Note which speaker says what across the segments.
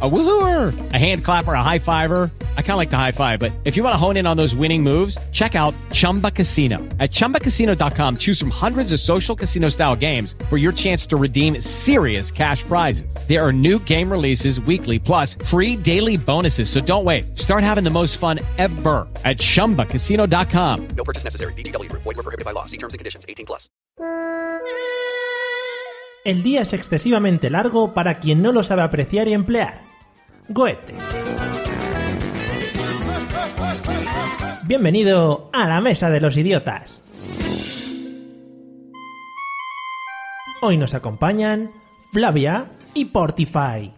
Speaker 1: A woohooer, a hand clapper, a high fiver. I kind of like the high five, but if you want to hone in on those winning moves, check out Chumba Casino. At chumbacasino.com, choose from hundreds of social casino style games for your chance to redeem serious cash prizes. There are new game releases weekly, plus free daily bonuses. So don't wait. Start having the most fun ever at chumbacasino.com.
Speaker 2: No purchase necessary. BGW. Void were prohibited by law. See terms and conditions. 18 plus.
Speaker 3: El día es excesivamente largo para quien no lo sabe apreciar y emplear. Goethe. Bienvenido a la Mesa de los Idiotas. Hoy nos acompañan Flavia y Portify.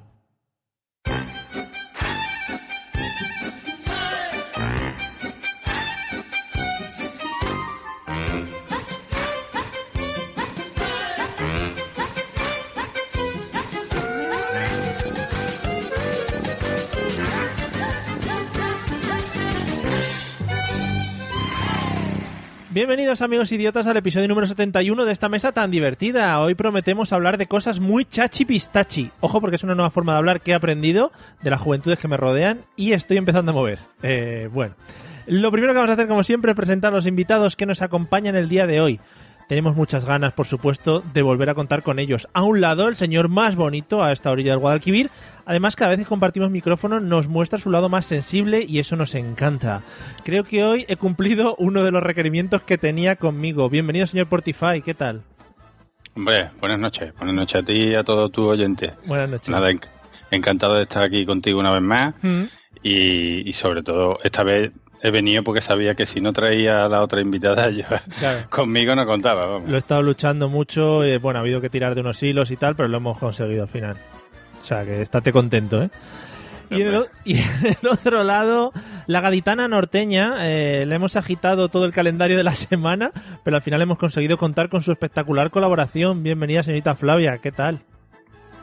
Speaker 3: Bienvenidos amigos idiotas al episodio número 71 de esta mesa tan divertida. Hoy prometemos hablar de cosas muy chachi pistachi. Ojo porque es una nueva forma de hablar que he aprendido de las juventudes que me rodean y estoy empezando a mover. Eh, bueno, lo primero que vamos a hacer como siempre es presentar a los invitados que nos acompañan el día de hoy. Tenemos muchas ganas, por supuesto, de volver a contar con ellos. A un lado, el señor más bonito a esta orilla del Guadalquivir. Además, cada vez que compartimos micrófono nos muestra su lado más sensible y eso nos encanta. Creo que hoy he cumplido uno de los requerimientos que tenía conmigo. Bienvenido, señor Portify, ¿qué tal?
Speaker 4: Hombre, buenas noches. Buenas noches a ti y a todos tus oyentes.
Speaker 3: Buenas noches.
Speaker 4: Nada, enc- encantado de estar aquí contigo una vez más
Speaker 3: Mm.
Speaker 4: y, y sobre todo esta vez he venido porque sabía que si no traía a la otra invitada yo
Speaker 3: Claro.
Speaker 4: conmigo no contaba. vamos.
Speaker 3: Lo he estado luchando mucho, eh, bueno, ha habido que tirar de unos hilos y tal, pero lo hemos conseguido al final. O sea, que estate contento, ¿eh? Y en, el, o- y en el otro lado, la gaditana norteña, eh, le hemos agitado todo el calendario de la semana, pero al final hemos conseguido contar con su espectacular colaboración. Bienvenida, señorita Flavia, ¿qué tal?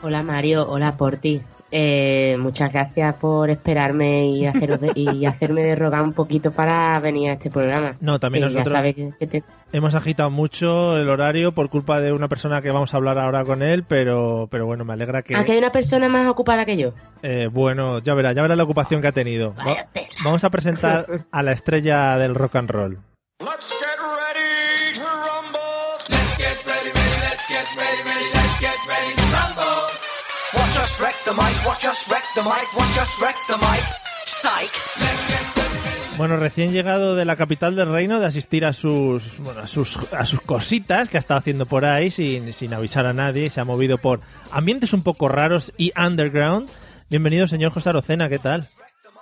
Speaker 5: Hola Mario, hola Porti. Eh, muchas gracias por esperarme y, haceros de- y hacerme de rogar un poquito para venir a este programa.
Speaker 3: No, también
Speaker 5: Que ya
Speaker 3: nosotros
Speaker 5: sabes que- que te-
Speaker 3: hemos agitado mucho el horario por culpa de una persona que vamos a hablar ahora con él, pero, pero bueno, me alegra que...
Speaker 5: Ah, que hay una persona más ocupada que yo.
Speaker 3: eh, bueno, ya verá, ya verá la ocupación que ha tenido. Va-
Speaker 5: Vaya tela.
Speaker 3: Vamos a presentar a la estrella del rock and roll.
Speaker 6: Let's get ready to rumble.
Speaker 7: Watch us wreck the mic, watch us wreck the mic, watch us wreck the mic. Psych.
Speaker 3: Bueno, recién llegado de la capital del reino de asistir a sus bueno, a sus a sus cositas que ha estado haciendo por ahí sin, sin avisar a nadie, se ha movido por ambientes un poco raros y underground. Bienvenido, señor José Arocena, ¿qué tal?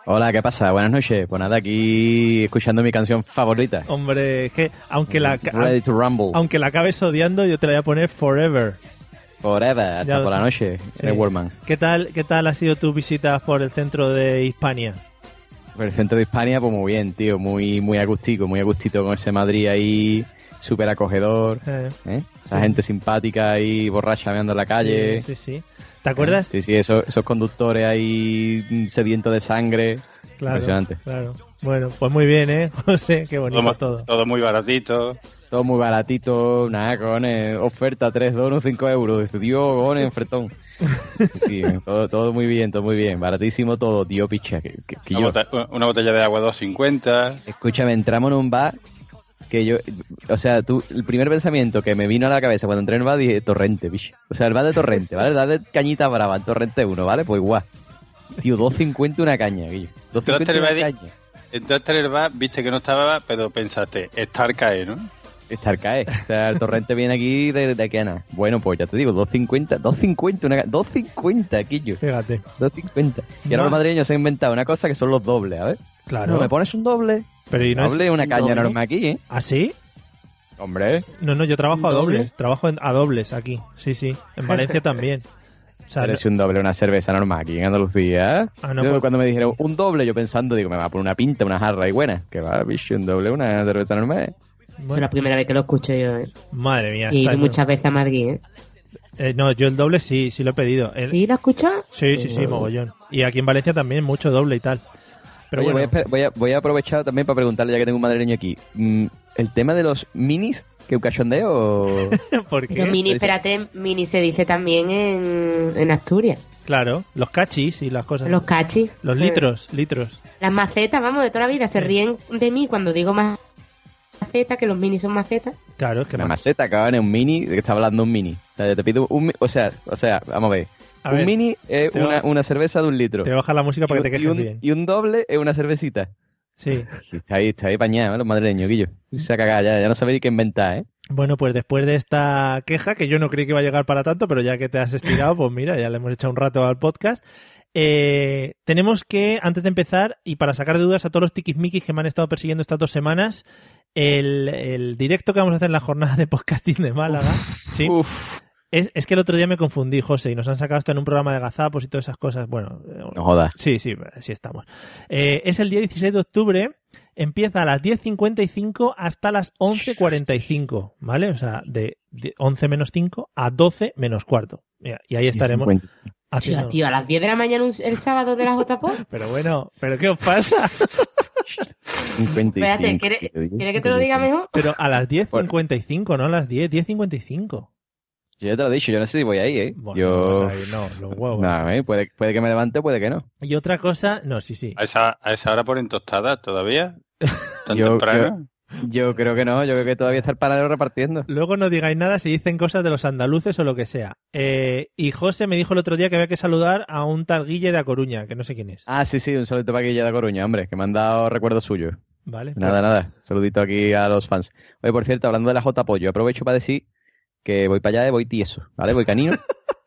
Speaker 8: Hola, ¿qué pasa? Buenas noches. Pues nada, aquí escuchando mi canción favorita.
Speaker 3: Hombre, es que aunque la
Speaker 8: Ready to Rumble.
Speaker 3: aunque la acabes odiando, yo te la voy a poner forever.
Speaker 8: Forever, hasta
Speaker 3: lo
Speaker 8: por la
Speaker 3: sé.
Speaker 8: noche.
Speaker 3: Sí.
Speaker 8: En el Workman.
Speaker 3: ¿Qué tal qué tal ha sido tus visitas por el centro de Hispania?
Speaker 8: Por el centro de Hispania, pues muy bien, tío. Muy, muy agustico, muy agustito con ese Madrid ahí, súper acogedor.
Speaker 3: Eh,
Speaker 8: ¿eh? Esa
Speaker 3: Sí.
Speaker 8: gente simpática ahí, borracha meando en la calle.
Speaker 3: Sí, sí, sí. ¿Te acuerdas?
Speaker 8: Sí, sí, esos, esos conductores ahí mm, sedientos de sangre.
Speaker 3: Claro,
Speaker 8: Impresionante.
Speaker 3: Claro. Bueno, pues muy bien, ¿eh, José? Qué bonito
Speaker 4: todo,
Speaker 3: todo.
Speaker 4: todo muy baratito.
Speaker 8: Todo muy baratito, nada, cojones. Oferta 3 donos, 5 euros. Dice, Dios, cojones, fretón. Sí, todo, todo muy bien, todo muy bien. Baratísimo todo, tío, picha. Que, que- que
Speaker 4: Una,
Speaker 8: yo-
Speaker 4: bota- una botella de agua 2.50.
Speaker 8: Escúchame, entramos en un bar que yo. O sea, tú, el primer pensamiento que me vino a la cabeza cuando entré en el bar dije, torrente, bicho. O sea, el bar de torrente, ¿vale? El bar de cañita brava, el torrente uno, ¿vale? Pues igual. Tío, 2.50 una caña, Guillo. 2.50
Speaker 4: Pero
Speaker 8: una
Speaker 4: este le va a
Speaker 8: caña.
Speaker 4: Entraste en el bar, viste que no estaba, pero pensaste, estar cae, ¿no?
Speaker 8: Estar cae. O sea, el torrente viene aquí de, de aquí a nada. Bueno, pues ya te digo, 2.50, 2.50, una ca- 2.50, Guillo.
Speaker 3: Fíjate.
Speaker 8: 2.50. Y ahora
Speaker 3: Ma-
Speaker 8: los madrileños se han inventado una cosa que son los dobles, ¿sabes?
Speaker 3: Claro.
Speaker 8: No, me pones un doble.
Speaker 3: Pero y no es-
Speaker 8: doble es una caña
Speaker 5: doble?
Speaker 8: normal aquí, ¿eh?
Speaker 3: ¿Ah, sí?
Speaker 8: Hombre.
Speaker 3: No, no, yo trabajo a
Speaker 8: ¿Doble?
Speaker 3: dobles. Trabajo en- a dobles aquí. Sí, sí. En Valencia también. O sea,
Speaker 8: Parece un doble, una cerveza normal aquí en Andalucía.
Speaker 3: Ah, no,
Speaker 8: Yo
Speaker 3: pues-
Speaker 8: Cuando me dijeron un doble, yo pensando, digo, me va a poner una pinta, una jarra y buena. Que va, bicho, un doble, una cerveza normal.
Speaker 3: no-
Speaker 5: Es la
Speaker 3: bueno,
Speaker 5: primera vez que lo escucho yo. ¿eh?
Speaker 3: madre mía.
Speaker 5: Y he
Speaker 3: está-
Speaker 5: ido muchas veces a Madrid. ¿eh?
Speaker 3: Eh, no, yo el doble sí, sí lo he pedido. El-
Speaker 5: ¿Sí lo has escuchado?
Speaker 3: Sí, sí, sí, mogollón. Y aquí en Valencia también mucho doble y tal. Pero
Speaker 8: Oye,
Speaker 3: bueno,
Speaker 8: voy, a, esper- voy a- voy a aprovechar también para preguntarle, ya que tengo un madrileño aquí. mm, el tema de los minis, que un cachondeo.
Speaker 3: ¿Por
Speaker 5: Pero
Speaker 3: qué?
Speaker 5: mini,
Speaker 8: Dice-
Speaker 5: espérate, mini se dice también en, en Asturias.
Speaker 3: Claro, los cachis y las cosas.
Speaker 5: Los cachis.
Speaker 3: Ah.
Speaker 5: Pues,
Speaker 3: Los litros, litros.
Speaker 5: Las macetas, vamos, de toda la vida. Se ríen de mí cuando digo ma- maceta, que los mini son macetas.
Speaker 3: Claro, es que
Speaker 8: Una
Speaker 3: más.
Speaker 8: maceta acaba en un mini, de que está hablando un mini. O sea, yo te pido un mi- o sea, o sea, vamos a ver.
Speaker 3: A
Speaker 8: un
Speaker 3: ver,
Speaker 8: mini es
Speaker 3: te va-
Speaker 8: una, una cerveza de un litro.
Speaker 3: Te voy a bajar la música para que te
Speaker 8: Y
Speaker 3: quejes
Speaker 8: un-
Speaker 3: bien.
Speaker 8: y un doble es una cervecita.
Speaker 3: Sí.
Speaker 8: Está ahí, está ahí pañado, ¿eh? los madrileños, Guillo. Se ha cagado ya, ya no sabéis qué inventar, ¿eh?
Speaker 3: Bueno, pues después de esta queja, que yo no creí que iba a llegar para tanto, pero ya que te has estirado, pues mira, ya le hemos echado un rato al podcast. Eh, tenemos que, antes de empezar, y para sacar de dudas a todos los tiquismiquis que me han estado persiguiendo estas dos semanas, el, el directo que vamos a hacer en la jornada de podcasting de Málaga. sí.
Speaker 8: Uf,
Speaker 3: Es, es que el otro día me confundí, José, y nos han sacado hasta en un programa de gazapos y todas esas cosas. Bueno, eh,
Speaker 8: no jodas.
Speaker 3: Sí, sí, sí estamos. Eh, es el día 16 de octubre. Empieza a las 10.55 hasta las 11.45, ¿vale? O sea, de, de 11 menos 5 a 12 menos cuarto. Mira, Y ahí estaremos.
Speaker 5: Tío,
Speaker 3: haciendo-
Speaker 5: tío, a las 10 de la mañana un- el sábado de la JPO.
Speaker 3: Pero bueno, ¿pero qué os pasa?
Speaker 8: 55,
Speaker 5: Espérate, ¿quieres ¿quieres que te lo diga mejor?
Speaker 3: Pero a las 10.55, no a las 10, 10.55.
Speaker 8: Yo ya te lo he dicho, yo no sé si voy ahí, ¿eh?
Speaker 3: Bueno,
Speaker 8: yo.
Speaker 3: vas ahí, no, los huevos.
Speaker 8: Nada, ¿eh? puede, puede que me levante, puede que no.
Speaker 3: Y otra cosa, no, sí, sí.
Speaker 4: ¿A esa, a esa hora ponen tostadas todavía? ¿Tan
Speaker 8: Yo-
Speaker 4: temprano?
Speaker 8: Yo creo que no, yo creo que todavía está el panadero repartiendo.
Speaker 3: Luego no digáis nada si dicen cosas de los andaluces o lo que sea. Eh, y José me dijo el otro día que había que saludar a un tal Guille de A Coruña, que no sé quién es.
Speaker 8: Ah, sí, sí, un saludito para Guilla de Coruña, hombre, que me han dado recuerdos suyos.
Speaker 3: ¿Vale?
Speaker 8: Nada, nada. Saludito aquí a los fans. Oye, por cierto, hablando de la J Pollo, aprovecho para decir que voy para allá y voy tieso, ¿vale? Voy canino.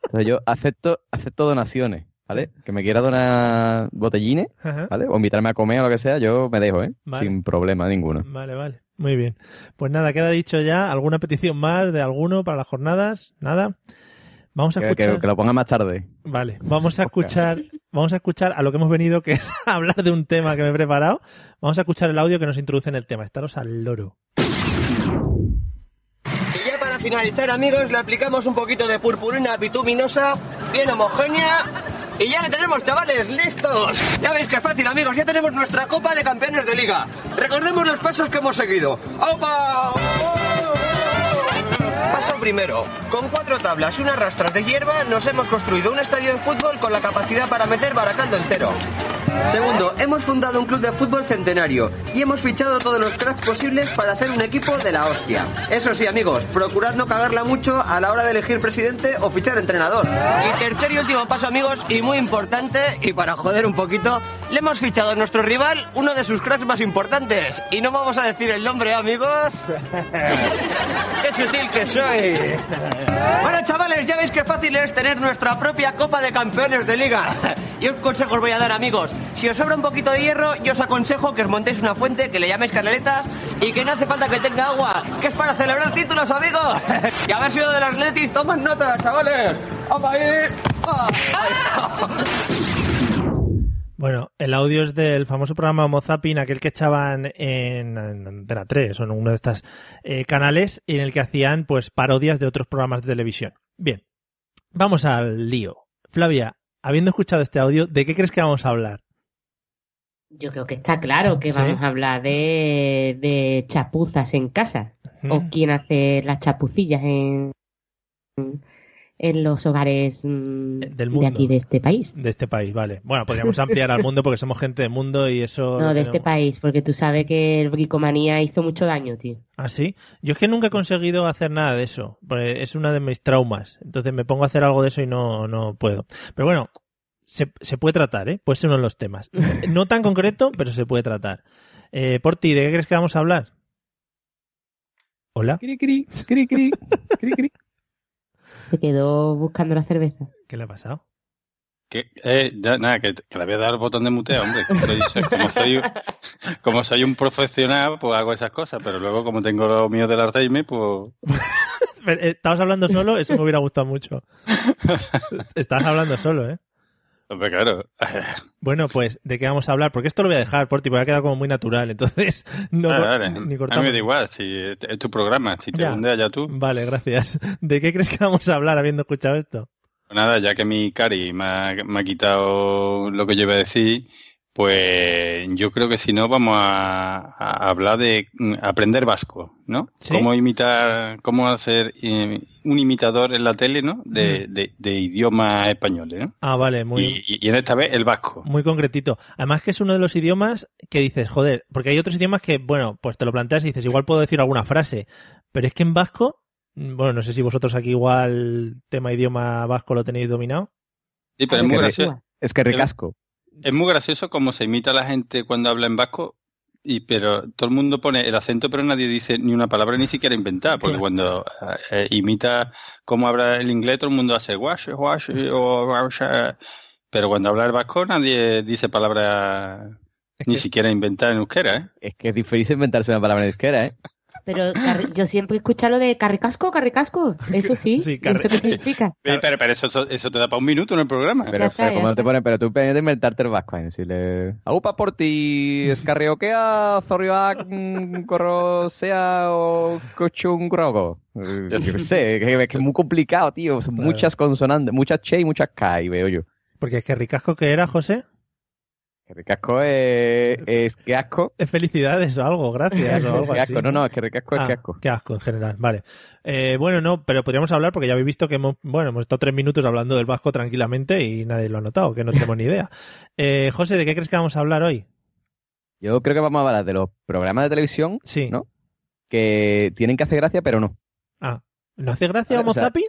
Speaker 8: Entonces yo acepto, acepto donaciones, ¿vale? Que me quiera donar botellines,
Speaker 3: Ajá.
Speaker 8: ¿vale? O invitarme a comer o lo que sea, yo me dejo, ¿eh?
Speaker 3: Vale.
Speaker 8: Sin problema ninguno.
Speaker 3: Vale, vale. Muy bien. Pues nada, queda dicho ya. ¿Alguna petición más de alguno para las jornadas? Nada. Vamos a
Speaker 8: Que, que-
Speaker 3: escuchar.
Speaker 8: que lo ponga más tarde.
Speaker 3: Vale, vamos a escuchar, vamos a escuchar a lo que hemos venido, que es a hablar de un tema que me he preparado. Vamos a escuchar el audio que nos introduce en el tema. Estaros al loro.
Speaker 7: Y ya para finalizar, amigos, le aplicamos un poquito de purpurina bituminosa, bien homogénea. Y ya la tenemos, chavales, listos. Ya veis que fácil, amigos, ya tenemos nuestra Copa de Campeones de Liga. Recordemos los pasos que hemos seguido. ¡Opa! Paso primero. Con cuatro tablas y unas rastras de hierba nos hemos construido un estadio de fútbol con la capacidad para meter Baracaldo entero. Segundo, hemos fundado un club de fútbol centenario y hemos fichado todos los cracks posibles para hacer un equipo de la hostia. Eso sí, amigos, procurad no cagarla mucho a la hora de elegir presidente o fichar entrenador. Y tercer y último paso, amigos, y muy importante, y para joder un poquito, le hemos fichado a nuestro rival uno de sus cracks más importantes. Y no vamos a decir el nombre, ¿eh, amigos. ¡Qué sutil que soy! Bueno, chavales, ya veis qué fácil es tener nuestra propia Copa de Campeones de Liga. Y un consejo os voy a dar, amigos. Si os sobra un poquito de hierro, yo os aconsejo que os montéis una fuente, que le llaméis canaleta y que no hace falta que tenga agua, que es para celebrar títulos, amigos. Y a ver si lo del Atletis toman nota, chavales. ¡Vamos ahí! ¡Ah!
Speaker 3: Bueno, el audio es del famoso programa Mozapin, aquel que echaban en, en Antena 3 o en uno de estos canales en el que hacían pues parodias de otros programas de televisión. Bien, vamos al lío. Flavia, habiendo escuchado este audio, ¿de qué crees que vamos a hablar?
Speaker 5: Yo creo que está claro que
Speaker 3: Sí.
Speaker 5: vamos a hablar de, de chapuzas en casa. o
Speaker 3: Mm,
Speaker 5: quién hace las chapucillas en, en los hogares mm,
Speaker 3: Eh, Del
Speaker 5: de
Speaker 3: mundo.
Speaker 5: aquí, de este país.
Speaker 3: De este país, vale. Bueno, podríamos ampliar al mundo porque somos gente de mundo y eso...
Speaker 5: No,
Speaker 3: lo
Speaker 5: de este
Speaker 3: tenemos-
Speaker 5: país, porque tú sabes que el bricomanía hizo mucho daño, tío.
Speaker 3: ¿Ah, sí? Yo es que nunca he conseguido hacer nada de eso. porque es uno de mis traumas. Entonces me pongo a hacer algo de eso y no, no puedo. Pero bueno, se, se puede tratar, ¿eh? Puede ser uno de los temas. No tan concreto, pero se puede tratar. Eh, Porti, ¿de qué crees que vamos a hablar? Hola,
Speaker 8: Cri, cri, cri, cri, cri, cri.
Speaker 5: Se quedó buscando la cerveza.
Speaker 3: ¿qué le ha pasado?
Speaker 4: Que- eh, ya, nada, que, que le voy a dar el botón de mutea, hombre. que soy- soy- como, soy, como soy un profesional, pues hago esas cosas, pero luego como tengo lo mío del Alzheimer, pues...
Speaker 3: Pero, eh, ¿Estabas hablando solo? Eso me hubiera gustado mucho. Estabas hablando solo, ¿eh?
Speaker 4: Hombre, claro.
Speaker 3: Bueno, pues, ¿de qué vamos a hablar? Porque esto lo voy a dejar, Porti, porque ha quedado como muy natural. Entonces, no
Speaker 4: Vale,
Speaker 3: cor-
Speaker 4: vale.
Speaker 3: ni
Speaker 4: A mí
Speaker 3: cortamos.
Speaker 4: me da igual, si es es tu programa, si te
Speaker 3: Ya.
Speaker 4: hunde allá tú.
Speaker 3: Vale, gracias. ¿De qué crees que vamos a hablar habiendo escuchado esto?
Speaker 4: Nada, ya que mi Cari me ha, me ha quitado lo que yo iba a decir, Pues yo creo que si no vamos a, a hablar de mm, aprender vasco, ¿no?
Speaker 3: Sí.
Speaker 4: Cómo imitar, cómo hacer eh, un imitador en la tele, ¿no? De, de, de idiomas españoles, ¿no?
Speaker 3: Ah, vale, muy
Speaker 4: Y, y- y en esta vez el vasco.
Speaker 3: Muy concretito. Además que es uno de los idiomas que dices, joder, porque hay otros idiomas que, bueno, pues te lo planteas y dices, igual puedo decir alguna frase, pero es que en vasco, mm, bueno, no sé si vosotros aquí igual tema idioma vasco lo tenéis dominado.
Speaker 4: Sí, pero es muy, gracioso,
Speaker 8: Es que recasco.
Speaker 4: es muy gracioso cómo se imita a la gente cuando habla en vasco. Y, pero todo el mundo pone el acento, pero nadie dice ni una palabra ni siquiera inventada, porque
Speaker 3: Claro.
Speaker 4: cuando eh, imita cómo habla el inglés, todo el mundo hace guache, guache, o guache. Pero cuando habla el vasco, nadie dice palabra
Speaker 3: Es
Speaker 4: ni
Speaker 3: que-
Speaker 4: siquiera inventada en euskera, ¿eh?
Speaker 8: Es que es difícil inventarse una palabra en euskera, ¿eh?
Speaker 5: Pero carri- yo siempre escucho lo de carricasco, carricasco. Eso sí.
Speaker 3: Sí,
Speaker 5: ¿Y
Speaker 3: carri-
Speaker 5: ¿Eso qué significa?
Speaker 4: Sí, Pero, pero eso, eso- eso te da para un minuto en el programa.
Speaker 8: Pero,
Speaker 5: está,
Speaker 8: pero
Speaker 5: ya
Speaker 8: como no
Speaker 5: está.
Speaker 8: te ponen, pero tú pendiente de inventarte el vasco, ¿eh? decirle, aupa por ti, escarrioquea, zorrioac, mm, corrosea o cochungrogo. Eh, Yo qué sé, que- que es muy complicado, tío. Son
Speaker 3: Claro.
Speaker 8: muchas consonantes, muchas che y muchas k, y veo yo.
Speaker 3: Porque es que ricasco que era, José,
Speaker 8: Que ricasco es, es que asco.
Speaker 3: es felicidades o algo,
Speaker 8: Que
Speaker 3: gracias o
Speaker 8: asco,
Speaker 3: algo
Speaker 8: que
Speaker 3: así.
Speaker 8: asco. No, no, es que ricasco es
Speaker 3: Ah,
Speaker 8: que asco.
Speaker 3: Qué asco en general, vale. Eh, bueno, no, pero podríamos hablar porque ya habéis visto que hemos, bueno, hemos estado tres minutos hablando del vasco tranquilamente y nadie lo ha notado, que no tenemos ni idea. Eh, José, ¿de qué crees que vamos a hablar hoy?
Speaker 8: Yo creo que vamos a hablar de los programas de televisión
Speaker 3: Sí.
Speaker 8: ¿No? que tienen que hacer gracia, pero no.
Speaker 3: ¿No hace gracia
Speaker 8: Vale, o
Speaker 3: Homo
Speaker 8: sea-
Speaker 3: Zapping?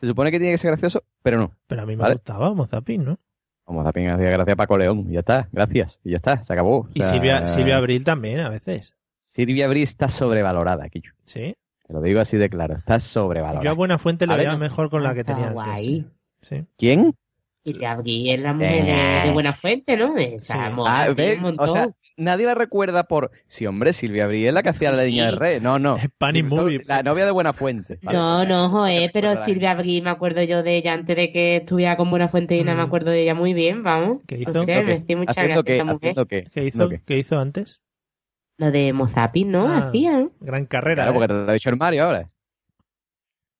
Speaker 8: Se supone que tiene que ser gracioso, pero no.
Speaker 3: Pero a mí me
Speaker 8: Vale.
Speaker 3: gustaba Homo Zapping, ¿no?
Speaker 8: Vamos a pingar gracias a Paco León, y ya está, gracias, y ya está, se acabó. O
Speaker 3: Y
Speaker 8: sea, eh,
Speaker 3: Silvia, Silvia Abril también, a veces.
Speaker 8: Silvia Abril está sobrevalorada, Quillo.
Speaker 3: Sí.
Speaker 8: Te lo digo así de claro, está
Speaker 3: Yo a
Speaker 8: sobrevalorada.
Speaker 3: buena fuente le
Speaker 8: Vale,
Speaker 3: veía
Speaker 8: no.
Speaker 3: mejor con la que
Speaker 5: Ah, Está
Speaker 3: tenía antes. ¿eh?
Speaker 5: guay.
Speaker 3: sí. Sí.
Speaker 8: ¿Quién?
Speaker 5: Y te abrí en la mujer de, de Buena Fuente, ¿no? Esa
Speaker 3: Sí.
Speaker 5: moja
Speaker 8: Ah,
Speaker 5: tiene
Speaker 8: ¿ves?
Speaker 5: un
Speaker 8: O
Speaker 5: montón.
Speaker 8: sea, nadie la recuerda por... Sí, hombre, Silvia Abril es la que hacía la niña del rey. No, no.
Speaker 3: Spanish Movie.
Speaker 8: La novia de Buenafuente. Vale,
Speaker 5: no,
Speaker 8: o sea, eso
Speaker 5: no,
Speaker 8: es lo que
Speaker 5: joe, pero
Speaker 8: recuerda la gente.
Speaker 5: Silvia Abril me acuerdo yo de ella antes de que estuviera con Buena Fuente y nada me
Speaker 3: Mm.
Speaker 5: acuerdo de ella muy bien, vamos.
Speaker 3: ¿Qué
Speaker 5: O
Speaker 3: hizo?
Speaker 5: sea, me
Speaker 8: ¿Haciendo
Speaker 5: hacía mucha gracia
Speaker 8: ¿Haciendo qué?
Speaker 5: esa mujer.
Speaker 8: ¿Haciendo qué?
Speaker 3: ¿Qué hizo,
Speaker 8: ¿Haciendo qué?
Speaker 3: ¿Qué hizo antes?
Speaker 5: Lo de Mozapin, ¿no?
Speaker 3: Ah.
Speaker 5: Hacía, ¿eh?
Speaker 3: Gran carrera.
Speaker 8: Claro,
Speaker 3: ¿eh?
Speaker 8: porque te lo ha dicho el Mario ahora.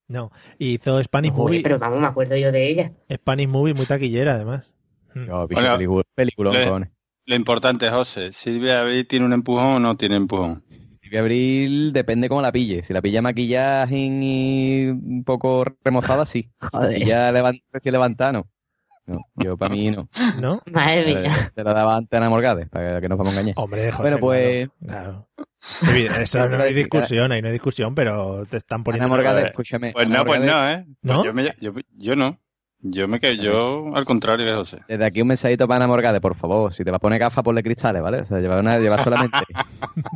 Speaker 3: No. ¿eh? Y hizo Spanish
Speaker 5: Joder,
Speaker 3: Movie.
Speaker 5: pero vamos, me acuerdo yo de ella.
Speaker 3: Spanish Movie muy taquillera, además.
Speaker 8: No,
Speaker 4: Bueno,
Speaker 8: película, peliculón,
Speaker 4: le-
Speaker 8: cojones.
Speaker 4: Lo importante, José, ¿Silvia Abril tiene un empujón o no tiene empujón?
Speaker 8: Silvia Abril depende cómo la pille. Si la pilla maquillaje y un poco remozada, sí. Si
Speaker 5: Joder.
Speaker 8: ya levan- recién levantada, no. No, yo para mí no.
Speaker 3: ¿No?
Speaker 5: Madre
Speaker 8: Te
Speaker 5: mía.
Speaker 8: la- te la daba antes a Ana Morgades, para que nos vamos a engañar.
Speaker 3: Hombre, José.
Speaker 8: Bueno, pues-
Speaker 3: claro, claro. Evidente, Eso no hay discusión, ahí no hay discusión, pero te están
Speaker 8: Ana
Speaker 3: poniendo.
Speaker 8: Morgades,
Speaker 4: vez.
Speaker 8: escúchame.
Speaker 4: Pues
Speaker 8: Ana
Speaker 4: no, pues
Speaker 8: Morgades,
Speaker 4: no, ¿eh? Pues
Speaker 3: ¿No?
Speaker 4: Yo, me- yo, yo no. Yo me quedo, yo al contrario de José.
Speaker 8: Desde aquí un mensajito para Ana Morgade, por favor. Si te vas a poner gafas, ponle cristales, ¿vale? O sea, lleva, una, lleva solamente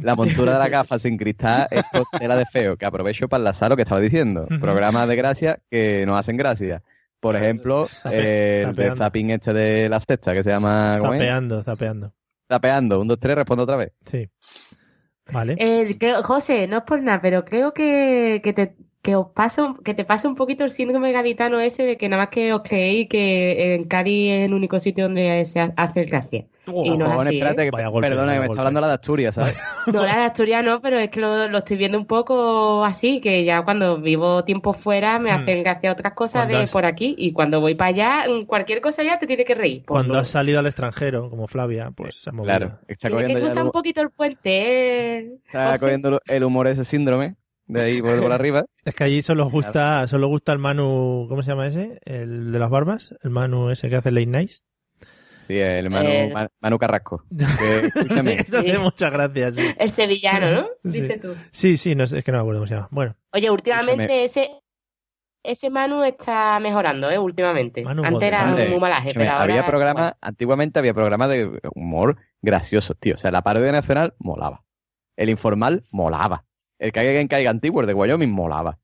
Speaker 8: la montura de la gafa sin cristal, esto es tela de feo. Que aprovecho para enlazar lo que estaba diciendo.
Speaker 3: Ujú.
Speaker 8: Programas de gracia que nos hacen gracia. Por ejemplo,
Speaker 3: pe-
Speaker 8: eh, el de
Speaker 3: tapeando.
Speaker 8: zapping este de la sexta, que se llama... ¿cómo es?
Speaker 3: Zapeando, zapeando.
Speaker 8: Tapeando. Un, dos, tres, respondo otra vez.
Speaker 3: Sí. Vale.
Speaker 5: Eh, creo- José, no es por nada, pero creo que, que te que os pasa un- que te pasa un poquito el síndrome gaditano ese de que nada más que os creéis que en Cádiz es el único sitio donde se ha- hace gracia. y no es
Speaker 8: Cojones,
Speaker 5: así, ¿eh?
Speaker 8: espérate, que-
Speaker 3: Vaya golpe,
Speaker 8: perdona,
Speaker 3: vaya
Speaker 8: que me
Speaker 3: golpe.
Speaker 8: está hablando la de Asturias, ¿sabes?
Speaker 5: No, la de Asturias no, pero es que lo, lo estoy viendo un poco así, que ya cuando vivo tiempo fuera me
Speaker 3: Hmm.
Speaker 5: hacen gracia otras cosas
Speaker 3: Cuando
Speaker 5: de
Speaker 3: has-
Speaker 5: por aquí y cuando voy para allá, mm, cualquier cosa ya te tiene que reír. pues, por
Speaker 3: Cuando
Speaker 5: lo-
Speaker 3: has salido al extranjero, como Flavia, pues se ha movido.
Speaker 8: Claro. Está
Speaker 5: Tienes que
Speaker 8: cogiendo ya
Speaker 5: cruzar
Speaker 8: lo-
Speaker 5: un poquito el puente, ¿eh?
Speaker 8: Está
Speaker 5: José.
Speaker 8: cogiendo lo- el humor ese síndrome de ahí por, por arriba.
Speaker 3: Es que allí solo os gusta, solo gusta el Manu, ¿cómo se llama ese? El de las barbas, el Manu ese que hace late nights.
Speaker 8: Sí, el Manu,
Speaker 5: Eh.
Speaker 8: Ma- Manu Carrasco. Que, escúchame,
Speaker 3: Eso hace
Speaker 5: Sí.
Speaker 3: muchas gracias. Sí,
Speaker 5: El sevillano, ¿no?
Speaker 3: Sí.
Speaker 5: Dices tú.
Speaker 3: sí, sí, no sé, es que no me acuerdo cómo se llama. Bueno,
Speaker 5: Oye, últimamente ese ese Manu está mejorando, ¿eh? Últimamente.
Speaker 3: Manu
Speaker 5: Antes era
Speaker 3: Gómez.
Speaker 8: Hombre,
Speaker 5: muy malaje,
Speaker 8: escúchame,
Speaker 5: pero ahora...
Speaker 8: había programas, antiguamente había programas de humor graciosos, tío. O sea, la parodia nacional molaba. El informal molaba. El caiga quien caiga antiguo, el de Wyoming molaba.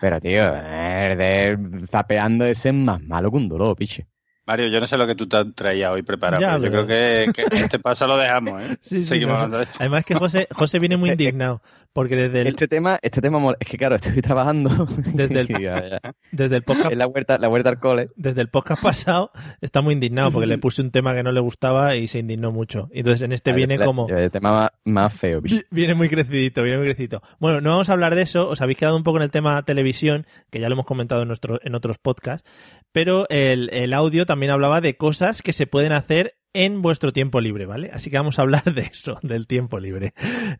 Speaker 8: Pero, tío, el de zapeando ese es más malo que un dolor, piche.
Speaker 4: Mario, yo no sé lo que tú te has traído hoy preparado.
Speaker 3: Ya,
Speaker 4: pero Yo
Speaker 3: pero-
Speaker 4: creo que, que este paso lo dejamos, ¿eh?
Speaker 3: sí, sí, no,
Speaker 4: Seguimos hablando de esto.
Speaker 3: Además que José, José viene muy
Speaker 8: Este-
Speaker 3: indignado, porque desde el,
Speaker 8: Este tema, este tema mola. Es que, claro, estoy trabajando.
Speaker 3: Desde el-
Speaker 8: Sí, ya, ya.
Speaker 3: desde el podcast
Speaker 8: Es la huerta, la huerta al cole.
Speaker 3: desde el podcast pasado está muy indignado porque le puse un tema que no le gustaba y se indignó mucho. Y Entonces en este
Speaker 8: Ah,
Speaker 3: viene
Speaker 8: la-
Speaker 3: como
Speaker 8: El tema más, más feo, piche.
Speaker 3: Vi- Viene muy crecidito, viene muy crecidito. Bueno, no vamos a hablar de eso, os habéis quedado un poco en el tema televisión, que ya lo hemos comentado en, nuestro, en otros podcasts, pero el, el audio también hablaba de cosas que se pueden hacer en vuestro tiempo libre, ¿vale? Así que vamos a hablar de eso, del tiempo libre.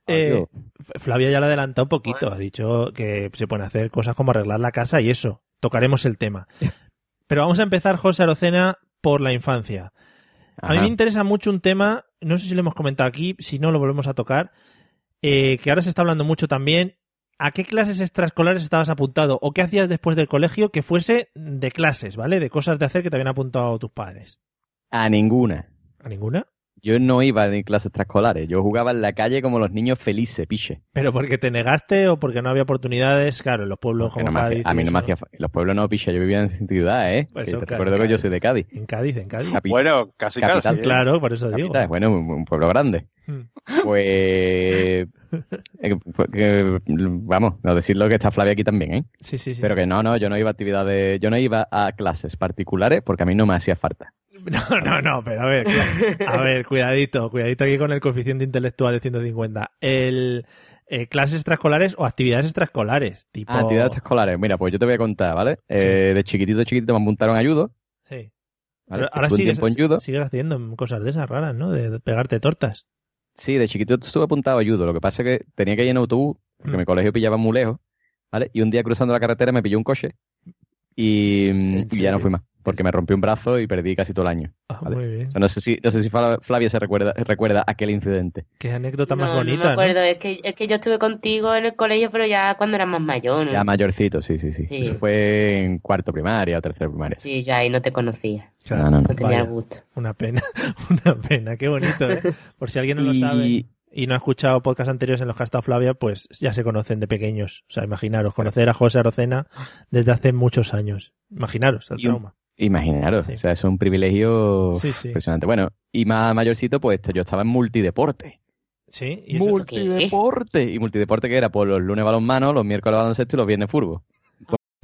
Speaker 3: Eh, F- Flavia ya lo ha adelantado un poquito, ha dicho que se pueden hacer cosas como arreglar la casa y eso. Tocaremos el tema. Pero vamos a empezar, José Arocena, por la infancia. A mí
Speaker 8: Ajá.
Speaker 3: me interesa mucho un tema, no sé si lo hemos comentado aquí, si no lo volvemos a tocar, eh, que ahora se está hablando mucho también. ¿A qué clases extraescolares estabas apuntado o qué hacías después del colegio que fuese de clases, ¿vale? De cosas de hacer que te habían apuntado tus padres.
Speaker 8: A ninguna.
Speaker 3: ¿A ninguna?
Speaker 8: Yo no iba ni clases extraescolares. Yo jugaba en la calle como los niños felices, piche.
Speaker 3: ¿Pero porque te negaste o porque no había oportunidades? Claro, en los pueblos
Speaker 8: Que
Speaker 3: como
Speaker 8: no me hacía-
Speaker 3: Cádiz.
Speaker 8: a mí
Speaker 3: y
Speaker 8: no me
Speaker 3: eso.
Speaker 8: hacía. fa- Los pueblos no, piche. Yo vivía en ciudad, ¿eh?
Speaker 3: Pues
Speaker 8: Que
Speaker 3: eso,
Speaker 8: te
Speaker 3: claro,
Speaker 8: recuerdo que yo
Speaker 3: claro.
Speaker 8: soy de Cádiz.
Speaker 3: En Cádiz, en Cádiz.
Speaker 8: Capi-
Speaker 4: Bueno, casi
Speaker 8: Capital,
Speaker 4: casi. ¿eh?
Speaker 3: Claro, por eso digo.
Speaker 8: capital, es bueno, un, un pueblo grande.
Speaker 3: Hmm.
Speaker 8: Pues. eh, pues, que- vamos, no decirlo que está Flavia aquí también, ¿eh?
Speaker 3: Sí, sí, sí.
Speaker 8: Pero que no, no, yo no iba a actividades, yo no iba a clases particulares porque a mí no me hacía falta.
Speaker 3: No, no, no, pero a ver, cu- a ver, cuidadito, cuidadito aquí con el coeficiente intelectual de 150. El, eh, clases extraescolares o actividades extraescolares, tipo...
Speaker 8: Ah, actividades escolares. Mira, pues yo te voy a contar, ¿vale? Eh, de chiquitito, chiquitito me apuntaron a judo.
Speaker 3: Sí.
Speaker 8: ¿vale?
Speaker 3: Pero ahora
Speaker 8: Estuve un
Speaker 3: sigues,
Speaker 8: tiempo en judo.
Speaker 3: sigues haciendo cosas de esas raras, ¿no? De pegarte tortas.
Speaker 8: Sí, de chiquitito estuve apuntado a judo. Lo que pasa es que tenía que ir en autobús, porque
Speaker 3: Mm.
Speaker 8: mi colegio pillaba muy lejos, ¿vale? Y un día cruzando la carretera me pilló un coche y, mm,
Speaker 3: ¿En
Speaker 8: y ya
Speaker 3: serio?
Speaker 8: no fui más, porque me rompí un brazo y perdí casi todo el año.
Speaker 3: Ah,
Speaker 8: Vale.
Speaker 3: Muy bien.
Speaker 8: O sea, no sé si, no sé si Fla- Flavia se recuerda, recuerda aquel incidente.
Speaker 3: Qué anécdota más
Speaker 5: No,
Speaker 3: bonita,
Speaker 5: no me acuerdo, es que, es que yo estuve contigo en el colegio, pero ya cuando eras más mayor, ¿no?
Speaker 8: Ya mayorcito, sí, sí, sí.
Speaker 5: Mm. Sí.
Speaker 8: Eso fue en cuarto primaria o tercero primaria.
Speaker 5: Sí, ya ahí no te conocía,
Speaker 8: No, no, no.
Speaker 5: no tenía
Speaker 3: Vaya.
Speaker 5: el gusto.
Speaker 3: Una pena, una pena, qué bonito, ¿eh? Por si alguien no lo sabe
Speaker 8: Y-
Speaker 3: y no ha escuchado podcasts anteriores en los que ha estado Flavia, pues ya se conocen de pequeños. O sea, imaginaros, conocer a José Arocena desde hace muchos años. Imaginaros el
Speaker 8: Y un-
Speaker 3: trauma.
Speaker 8: Imaginaros,
Speaker 3: Sí.
Speaker 8: o sea, es un privilegio
Speaker 3: Sí, sí.
Speaker 8: impresionante. Bueno, y más mayorcito, pues yo estaba en multideporte.
Speaker 3: Sí, y eso-
Speaker 8: Multideporte. Y multideporte que era por los lunes balonmano, los miércoles baloncesto y los viernes fútbol.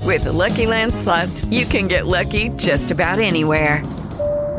Speaker 9: With the Lucky Land slots, you can get lucky just about anywhere.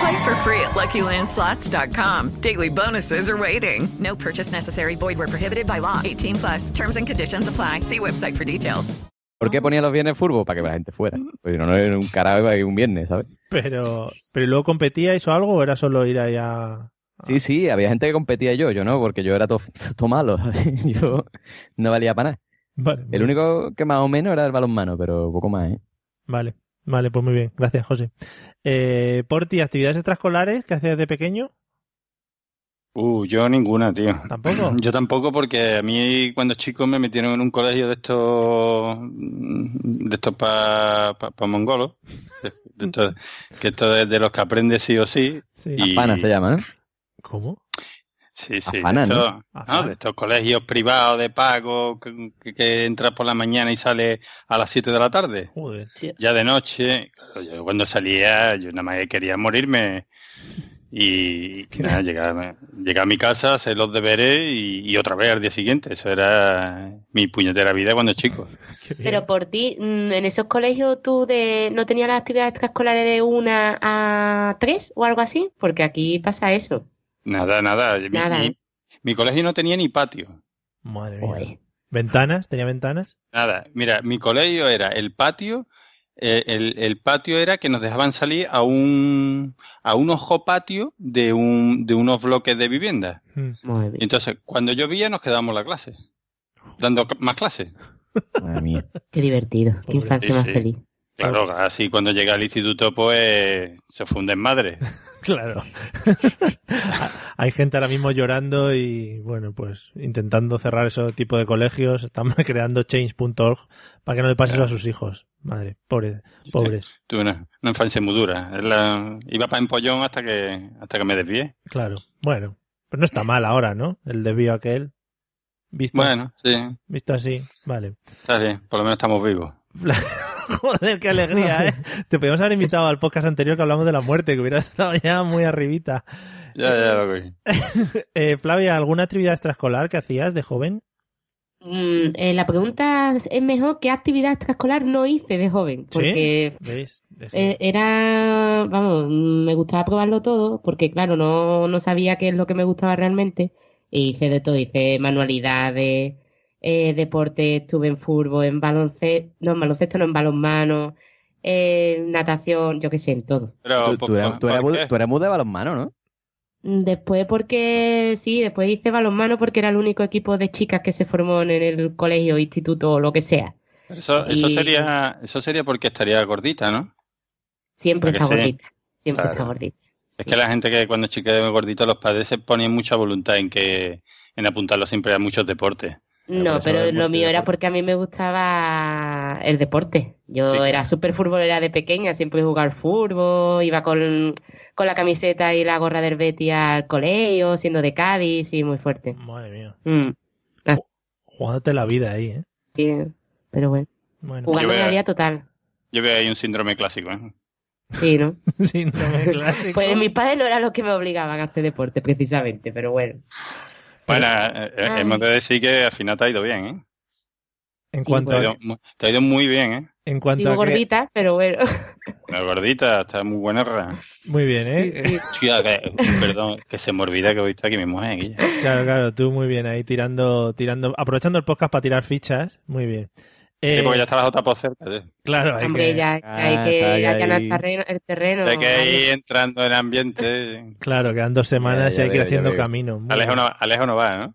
Speaker 9: Play for free at LuckyLandSlots.com. Daily bonuses are waiting. No purchase necessary. Void where prohibited by law. 18 plus terms and conditions apply. See website for details.
Speaker 8: ¿Por qué ponía los viernes fútbol? Para que la gente fuera. Pues no, no era un carajo iba a ir un viernes, ¿sabes?
Speaker 3: Pero, pero luego competíais o algo, o era solo ir ahí a.
Speaker 8: Sí, sí, había gente que competía y yo, yo no, porque yo era todo todo malo. yo no valía para nada.
Speaker 3: Vale,
Speaker 8: El único que más o menos era el balonmano, pero poco más, ¿eh?
Speaker 3: vale, vale, pues muy bien, gracias, José. Eh, Porti, actividades extraescolares que hacías de pequeño,
Speaker 4: Uh, yo ninguna, tío.
Speaker 3: ¿Tampoco?
Speaker 4: Yo tampoco porque a mí cuando chico me metieron en un colegio de estos de estos para pa, pa mongolos, de- de estos- que esto es de los que aprendes sí o sí.
Speaker 3: sí.
Speaker 4: Y-
Speaker 8: Pana se llama, ¿no?
Speaker 3: ¿Cómo?
Speaker 4: Sí, sí, de
Speaker 8: Afana, ¿no?
Speaker 4: estos-
Speaker 3: Afana.
Speaker 4: no, de estos colegios privados de pago que, que- que entras por la mañana y sales a las 7 de la tarde.
Speaker 3: Joder.
Speaker 4: Ya de noche, claro, yo cuando salía, yo nada más que quería morirme. Y y nada, llegaba, llegaba a mi casa, hacer los deberes y, y otra vez al día siguiente. Eso era mi puñetera vida cuando chico.
Speaker 3: qué bien.
Speaker 5: Pero por ti, mm, en esos colegios tú de, no tenías las actividades extraescolares de una a tres o algo así, porque aquí pasa eso.
Speaker 4: Nada, nada. Mi,
Speaker 5: Nada.
Speaker 4: mi- mi colegio no tenía ni patio.
Speaker 3: Madre mía.
Speaker 5: Joder.
Speaker 3: ¿Ventanas? ¿Tenía ventanas?
Speaker 4: Nada. Mira, mi colegio era el patio. eh, el, el patio era que nos dejaban salir a un, a un ojo patio de, un, de unos bloques de vivienda.
Speaker 3: Mm.
Speaker 5: Muy
Speaker 4: Y
Speaker 5: bien.
Speaker 4: entonces, cuando llovía, nos quedábamos en la clase, dando cl- más clases.
Speaker 8: Madre mía.
Speaker 5: Qué divertido,
Speaker 3: Pobre.
Speaker 5: qué infancia
Speaker 4: Sí,
Speaker 5: más
Speaker 4: sí.
Speaker 5: feliz.
Speaker 4: Claro, así cuando llega al instituto, pues se funden madres.
Speaker 3: Claro. Hay gente ahora mismo llorando y, bueno, pues intentando cerrar ese tipo de colegios. Están creando change.org para que no le pase eso a sus hijos. Madre, pobre, pobres.
Speaker 4: Tuve una, una infancia muy dura. Es la- iba para empollón hasta que, hasta que me desvié.
Speaker 3: Claro. Bueno, pero no está mal ahora, ¿no? El desvío aquel. Visto,
Speaker 4: Bueno, sí,
Speaker 3: visto así, vale.
Speaker 4: está bien. Por lo menos estamos vivos.
Speaker 3: Joder, qué alegría, ¿eh? Te podíamos haber invitado al podcast anterior que hablamos de la muerte, que hubiera estado ya muy arribita.
Speaker 4: Ya, ya lo cogí.
Speaker 3: Eh, Flavia, ¿alguna actividad extraescolar que hacías de joven?
Speaker 5: Mm, eh, la pregunta es mejor, ¿qué actividad extraescolar no hice de joven? Porque
Speaker 3: ¿Sí? ¿Veis? De joven.
Speaker 5: Eh, era, vamos, me gustaba probarlo todo, porque claro, no, no sabía qué es lo que me gustaba realmente. Y hice de todo, hice manualidades, eh, deporte, estuve en fútbol, en baloncesto, no, en baloncesto, no, en balonmano, eh, natación, yo qué sé, en todo.
Speaker 4: Pero,
Speaker 8: Tú, tú eras, tú eras mu- tú eras muy de balonmano, ¿no?
Speaker 5: Mm, Después porque, sí, después hice balonmano porque era el único equipo de chicas que se formó en el colegio, instituto o lo que sea.
Speaker 4: Eso, eso
Speaker 5: Y-
Speaker 4: sería, eso sería porque estaría gordita, ¿no?
Speaker 5: Siempre
Speaker 4: ¿A que
Speaker 5: está
Speaker 4: sí?
Speaker 5: gordita, siempre está
Speaker 4: Claro.
Speaker 5: gordita.
Speaker 4: Es que la gente que cuando chica de gordito, los padres se ponían mucha voluntad en que en apuntarlo siempre a muchos deportes. por
Speaker 5: No,
Speaker 4: eso
Speaker 5: pero
Speaker 4: es
Speaker 5: lo mío era
Speaker 4: multideporte.
Speaker 5: porque a mí me gustaba el deporte. Yo era súper futbolera de pequeña, siempre jugaba al fútbol, iba con, con la camiseta y la gorra del Betis al colegio, siendo de Cádiz y muy fuerte.
Speaker 3: Madre mía.
Speaker 5: Mm,
Speaker 3: Jugándote la vida ahí, ¿eh?
Speaker 5: sí, pero bueno,
Speaker 3: Bueno.
Speaker 5: jugando
Speaker 4: Yo
Speaker 5: la
Speaker 4: veo-
Speaker 5: vida total.
Speaker 4: Yo veo ahí un síndrome clásico, ¿eh?
Speaker 5: Sí, ¿no?
Speaker 3: Síndrome clásico.
Speaker 5: Pues mis padres no eran los que me obligaban a hacer deporte, precisamente, pero bueno.
Speaker 4: Bueno, eh, eh,
Speaker 5: Ay.
Speaker 4: hemos de decir que al final te ha ido bien, ¿eh?
Speaker 3: En
Speaker 5: Sí,
Speaker 3: cuanto,
Speaker 4: Te ha
Speaker 3: a,
Speaker 4: ido, mu- te ha ido muy bien, ¿eh?
Speaker 3: en cuanto
Speaker 5: Digo
Speaker 3: a que-
Speaker 5: gordita, pero bueno.
Speaker 4: La gordita, está muy buena. ra.
Speaker 3: Muy bien, ¿eh?
Speaker 5: Sí, sí.
Speaker 4: Hostia, que- perdón, que se me olvida que hoy está aquí mi mujer. Guille.
Speaker 3: Claro, claro, tú muy bien ahí tirando, tirando, aprovechando el podcast para tirar fichas. Muy bien. Eh,
Speaker 4: Sí, porque ya está la Jota por cerca. sí.
Speaker 3: Claro, hay
Speaker 5: Hombre,
Speaker 3: que-
Speaker 5: ya hay
Speaker 8: Ah,
Speaker 5: que
Speaker 8: está ahí,
Speaker 5: allanar
Speaker 8: ahí.
Speaker 5: el terreno. El terreno
Speaker 4: Hay que
Speaker 5: ¿vale?
Speaker 4: ir entrando en ambiente.
Speaker 3: claro, quedan dos semanas y
Speaker 8: Ya, ya
Speaker 3: hay que ir
Speaker 8: veo, ya
Speaker 3: haciendo
Speaker 8: veo.
Speaker 3: camino. Muy
Speaker 4: Alejo
Speaker 3: bien.
Speaker 4: no, Alejo no va, ¿no?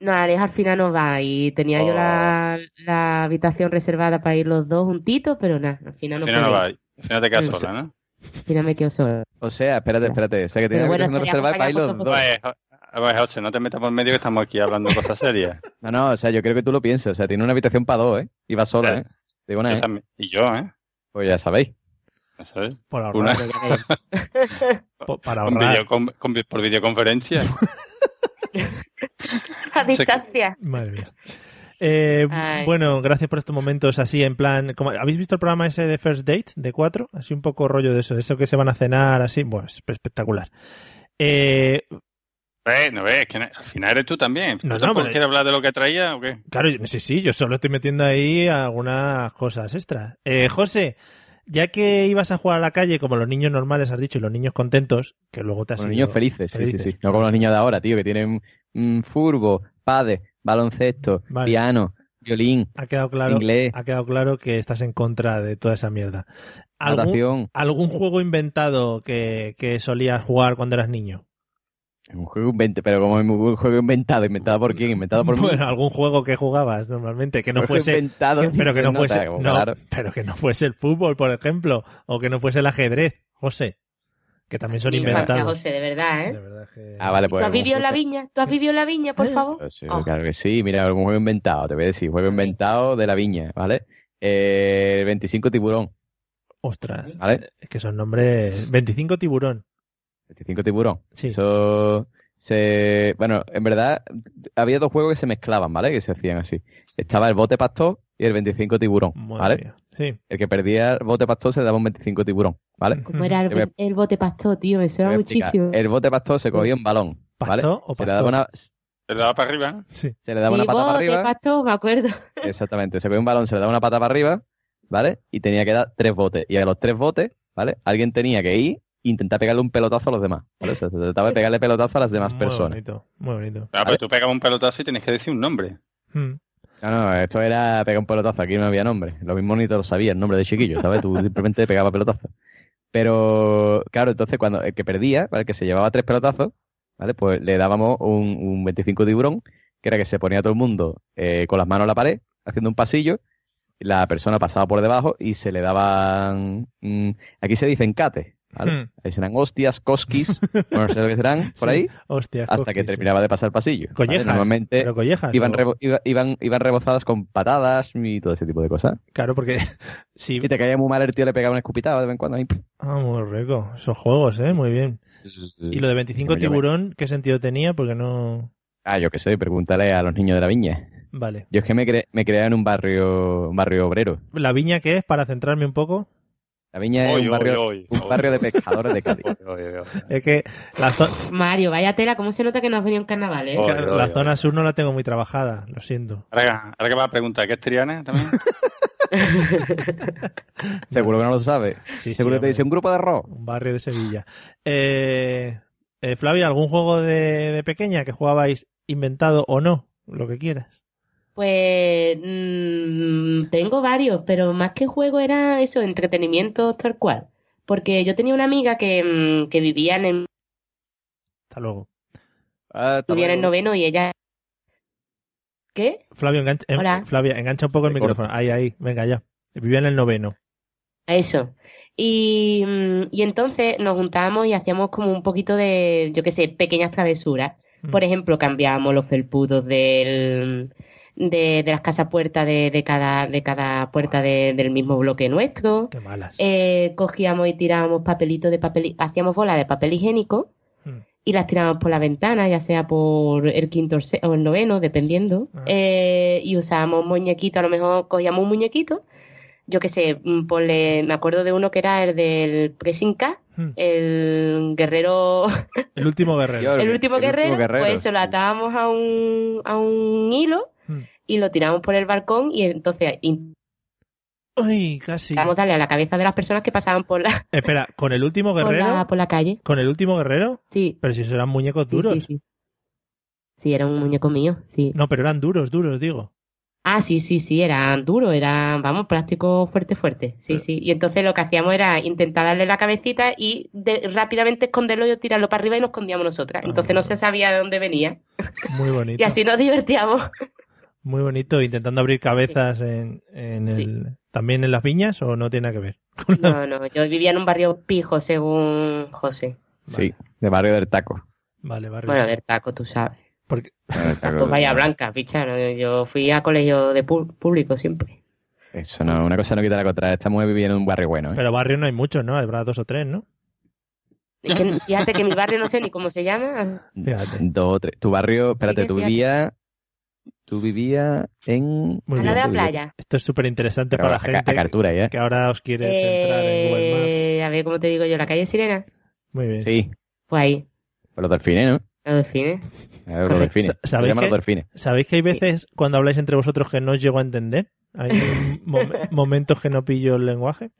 Speaker 5: No, Alex al final no va y tenía yo la,
Speaker 8: Oh.
Speaker 5: la habitación reservada para ir los dos juntitos, pero nada, al final
Speaker 4: Al
Speaker 5: no
Speaker 4: final no
Speaker 5: pude ir.
Speaker 4: va. Al final te quedas
Speaker 5: Sí.
Speaker 4: sola, ¿no?
Speaker 5: Al final me quedo sola.
Speaker 8: O sea, espérate, espérate. O sea, que
Speaker 5: Pero
Speaker 8: tenía
Speaker 5: bueno,
Speaker 8: que hacer
Speaker 5: estaría
Speaker 8: reserva para ir
Speaker 5: acompañado
Speaker 8: los
Speaker 5: por
Speaker 8: dos.
Speaker 4: Oye, jo- oye, José, no te metas por medio que estamos aquí hablando cosas serias.
Speaker 8: No, no, o sea, yo creo que tú lo pienses. O sea, tiene una habitación para dos, ¿eh? Y va sola,
Speaker 4: Sí.
Speaker 8: ¿eh? Digo
Speaker 4: Yo
Speaker 8: nada, ¿eh?
Speaker 4: también- Y yo, ¿eh?
Speaker 8: Pues ya sabéis.
Speaker 4: ¿No sabes?
Speaker 3: Por ahorrar,
Speaker 4: Una-
Speaker 3: po- para
Speaker 4: con
Speaker 3: ahorrar.
Speaker 4: video- con- con vi- por videoconferencia.
Speaker 5: A distancia.
Speaker 3: Madre mía. Eh,
Speaker 5: Ay.
Speaker 3: bueno, gracias por estos momentos así en plan... como- ¿Habéis visto el programa ese de First Date, de cuatro? Así un poco rollo de eso, de eso que se van a cenar, así. Bueno, es espectacular. Eh,
Speaker 4: Eh, no ves, que no- al final eres tú también. ¿Tú
Speaker 3: No, no,
Speaker 4: tampoco
Speaker 3: pero-
Speaker 4: quieres hablar de lo que traía o qué?
Speaker 3: Claro, yo- sí, sí, yo solo estoy metiendo ahí algunas cosas extras. Eh, José, ya que ibas a jugar a la calle, como los niños normales has dicho, y los niños contentos, que luego te has
Speaker 8: Los
Speaker 3: ido-
Speaker 8: niños felices, sí, sí,
Speaker 3: felices.
Speaker 8: sí. No como los niños de ahora, tío, que tienen mm, furbo, padre, baloncesto,
Speaker 3: Vale.
Speaker 8: piano, violín,
Speaker 3: Ha quedado claro,
Speaker 8: inglés,
Speaker 3: ha quedado claro que estás en contra de toda esa mierda. ¿Algún,
Speaker 8: natación.
Speaker 3: algún juego inventado que, que solías jugar cuando eras niño?
Speaker 8: Un juego inventado, pero como un juego inventado, inventado por quién, inventado por mí.
Speaker 3: Bueno, algún juego que jugabas normalmente, que no
Speaker 8: Juego
Speaker 3: fuese...
Speaker 8: inventado,
Speaker 3: que- pero que
Speaker 8: se
Speaker 3: no
Speaker 8: nota,
Speaker 3: fuese...
Speaker 8: como
Speaker 3: no,
Speaker 8: claro.
Speaker 3: pero que no fuese el fútbol, por ejemplo, o que no fuese el ajedrez, José, que también son
Speaker 5: Mi infancia,
Speaker 3: inventados.
Speaker 5: José, de verdad, ¿eh?
Speaker 3: De verdad que-
Speaker 8: Ah, vale,
Speaker 5: ¿Tú
Speaker 8: pues.
Speaker 5: has
Speaker 8: algún
Speaker 5: vivido en la
Speaker 8: juego-
Speaker 5: viña? ¿Tú has vivido en la viña, por favor?
Speaker 8: Pues, eh,
Speaker 5: Oh,
Speaker 8: Claro que sí, mira, algún juego inventado, te voy a decir, juego inventado de la viña, ¿vale? Eh, 25 tiburón,
Speaker 3: Ostras,
Speaker 8: ¿vale?
Speaker 3: es que son nombres. 25 tiburón.
Speaker 8: 25 tiburón.
Speaker 3: Sí.
Speaker 8: Eso se. Bueno, en verdad, había dos juegos que se mezclaban, ¿vale? Que se hacían así. Estaba el bote pastor y el 25 tiburón,
Speaker 3: Madre
Speaker 8: ¿vale?
Speaker 3: mía. Sí.
Speaker 8: El que perdía el bote pastor se le daba un 25 tiburón, ¿vale?
Speaker 3: Ujú.
Speaker 5: ¿Cómo era
Speaker 8: eh, Te voy a-
Speaker 5: el, el bote pastor, tío? Me
Speaker 8: Te
Speaker 5: suena
Speaker 8: voy a explicar. Eh,
Speaker 5: muchísimo.
Speaker 8: El bote pastor se cogía un balón, ¿vale?
Speaker 3: ¿Pastor o
Speaker 8: Se le daba
Speaker 3: pastor?
Speaker 8: una,
Speaker 4: ¿Te daba para arriba? ¿no?
Speaker 3: Sí.
Speaker 8: se le daba
Speaker 5: Sí,
Speaker 8: una pata para
Speaker 5: bote
Speaker 8: arriba.
Speaker 5: pastor, me acuerdo.
Speaker 8: Exactamente, se cogía un balón, se le daba una pata para arriba, ¿vale? Y tenía que dar tres botes. Y a los tres botes, ¿vale? Alguien tenía que ir e intentar pegarle un pelotazo a los demás, ¿vale? O sea, se trataba de pegarle pelotazo a las demás
Speaker 3: muy
Speaker 8: personas.
Speaker 3: bonito, muy bonito.
Speaker 4: Ah,
Speaker 8: ver.
Speaker 4: pero tú pegabas un pelotazo y tenías que decir un nombre.
Speaker 3: Mm.
Speaker 8: No, Ah, no, esto era pegar un pelotazo, aquí no había nombre. Lo mismo ni te lo sabía el nombre de chiquillo, ¿sabes? Tú simplemente pegabas pelotazo. Pero, claro, entonces cuando el que perdía, ¿vale? El que se llevaba tres pelotazos, ¿vale? Pues le dábamos un, un 25 tiburón, que era que se ponía todo el mundo eh, con las manos a la pared, haciendo un pasillo, la persona pasaba por debajo y se le daban... mm, aquí se dice encate, ¿vale? Ahí serán hostias, cosquis, bueno, no sé lo que serán por
Speaker 3: Hmm. Sí,
Speaker 8: ahí,
Speaker 3: hostias,
Speaker 8: hasta
Speaker 3: cosquis,
Speaker 8: que
Speaker 3: sí.
Speaker 8: terminaba de pasar el pasillo. ¿vale?
Speaker 3: Collejas,
Speaker 8: Normalmente
Speaker 3: pero collejas,
Speaker 8: iban,
Speaker 3: Ah, ¿no?
Speaker 8: rebo- iba- iban, iban rebozadas con patadas y todo ese tipo de cosas.
Speaker 3: Claro, porque si...
Speaker 8: te caía muy mal el tío, le pegaba una escupitada de vez en cuando. ahí.
Speaker 3: Ah, muy rico. Esos juegos, ¿eh? Muy bien. Y lo de 25
Speaker 8: Yo me-
Speaker 3: tiburón, ¿qué sentido tenía? Porque no...
Speaker 8: Ah, yo qué sé, pregúntale a los niños de la viña.
Speaker 3: Vale.
Speaker 8: Yo es que me, cre me creé en un barrio, un barrio obrero.
Speaker 3: ¿La viña qué es? Para centrarme un poco.
Speaker 8: La viña es
Speaker 4: Oy,
Speaker 8: Eh, un barrio,
Speaker 4: oy, oy,
Speaker 8: un
Speaker 4: oy.
Speaker 8: barrio de pescadores de Cádiz.
Speaker 3: Es que la, zo-
Speaker 5: Mario, vaya tela, ¿cómo se nota que no has venido en carnaval, eh?
Speaker 8: Oh.
Speaker 4: Oy,
Speaker 3: la
Speaker 4: oy, oy.
Speaker 3: zona sur no la tengo muy trabajada, lo siento.
Speaker 4: Ahora, ahora que vas a preguntar, ¿qué es Triana también?
Speaker 8: Seguro que no lo sabe.
Speaker 3: Sí,
Speaker 8: Seguro
Speaker 3: sí,
Speaker 8: que te dice un grupo de rock.
Speaker 3: Un barrio de Sevilla. Eh, eh, Flavia, ¿algún juego de, de pequeña que jugabais inventado o no? Lo que quieras.
Speaker 5: Pues mm, tengo varios, pero más que juego era eso, entretenimiento tal cual. Porque yo tenía una amiga que, mm, que vivía en el,
Speaker 3: Hasta luego.
Speaker 8: Ah,
Speaker 5: vivía en el noveno y ella... ¿Qué?
Speaker 3: Flavio, engancha, eh,
Speaker 5: Hola.
Speaker 3: Flavia, engancha un poco el
Speaker 5: Me corta.
Speaker 3: micrófono. Ahí, ahí, venga ya. Vivía en el noveno.
Speaker 5: Eso. Y, mm, y entonces nos juntábamos y hacíamos como un poquito de, yo qué sé, pequeñas travesuras.
Speaker 3: Mm.
Speaker 5: Por ejemplo, cambiábamos los felpudos del, de, de las casapuertas de, de cada, de cada puerta de- del mismo bloque nuestro.
Speaker 3: Qué malas.
Speaker 5: Eh, cogíamos y tirábamos papelitos de papel, hi- hacíamos bolas de papel higiénico y las tirábamos por la ventana, ya sea por el quinto o el se- o el noveno, dependiendo. Eh, y usábamos muñequitos, a lo mejor cogíamos un muñequito, yo qué sé, mm, ponle, me acuerdo de uno que era el del Pressing K, el guerrero,
Speaker 3: El último guerrero.
Speaker 5: el último guerrero, pues eso lo atábamos a un, a un hilo y lo tirábamos por el balcón y entonces
Speaker 3: Uy, casi.
Speaker 5: intentábamos darle a la cabeza de las personas que pasaban por la,
Speaker 3: Espera, ¿con el último
Speaker 5: por
Speaker 3: guerrero?
Speaker 5: la, por la calle.
Speaker 3: ¿Con el último guerrero?
Speaker 5: Sí.
Speaker 3: Pero si eso eran muñecos
Speaker 5: Sí,
Speaker 3: duros.
Speaker 5: sí, sí. Sí, era un muñeco mío, sí.
Speaker 3: No, pero eran duros, duros, digo.
Speaker 5: Ah, sí, sí, sí, era duro, era, vamos, plástico fuerte, fuerte. Sí, sí. Y entonces lo que hacíamos era intentar darle la cabecita y de- rápidamente esconderlo y tirarlo para arriba y nos escondíamos nosotras. Entonces no se sabía de dónde venía.
Speaker 3: Muy bonito.
Speaker 5: Y así nos divertíamos.
Speaker 3: Muy bonito, intentando abrir cabezas en, en el, también en las viñas o no tiene nada que ver.
Speaker 5: No, no, yo vivía en un barrio pijo, según José.
Speaker 8: Sí, de barrio del taco.
Speaker 3: Vale, barrio.
Speaker 5: Bueno, del taco, tú sabes.
Speaker 3: Porque...
Speaker 5: Pues vaya blanca, picha. ¿no? Yo fui a colegio de pu- público siempre.
Speaker 8: Eso no, una cosa no quita la otra. Esta mujer vivía en un barrio bueno. ¿eh?
Speaker 3: Pero barrio no hay muchos, ¿no? Habrá dos o tres, ¿no?
Speaker 5: Es que fíjate que mi barrio no sé ni cómo se llama.
Speaker 8: Dos o tres. Tu barrio, espérate,
Speaker 5: que
Speaker 8: tú
Speaker 5: fíjate.
Speaker 8: vivías. Tú vivías en.
Speaker 5: Al lado de la playa.
Speaker 3: Esto es súper interesante
Speaker 8: Pero
Speaker 3: para la
Speaker 8: a- a
Speaker 3: gente
Speaker 8: Cartura, ¿eh? ¿ya?
Speaker 3: que ahora os quiere centrar en Google Maps.
Speaker 5: Eh, a ver, ¿cómo te digo yo? ¿La calle Sirena?
Speaker 3: Muy bien.
Speaker 8: Sí,
Speaker 5: Pues ahí,
Speaker 8: por los delfines, ¿no?
Speaker 5: los delfines.
Speaker 8: A ver, Los delfines.
Speaker 3: Sa-
Speaker 8: Se llaman
Speaker 3: que,
Speaker 8: los delfines.
Speaker 3: ¿Sabéis que hay veces cuando habláis entre vosotros que no os llego a entender? Hay mom- momentos que no pillo el lenguaje.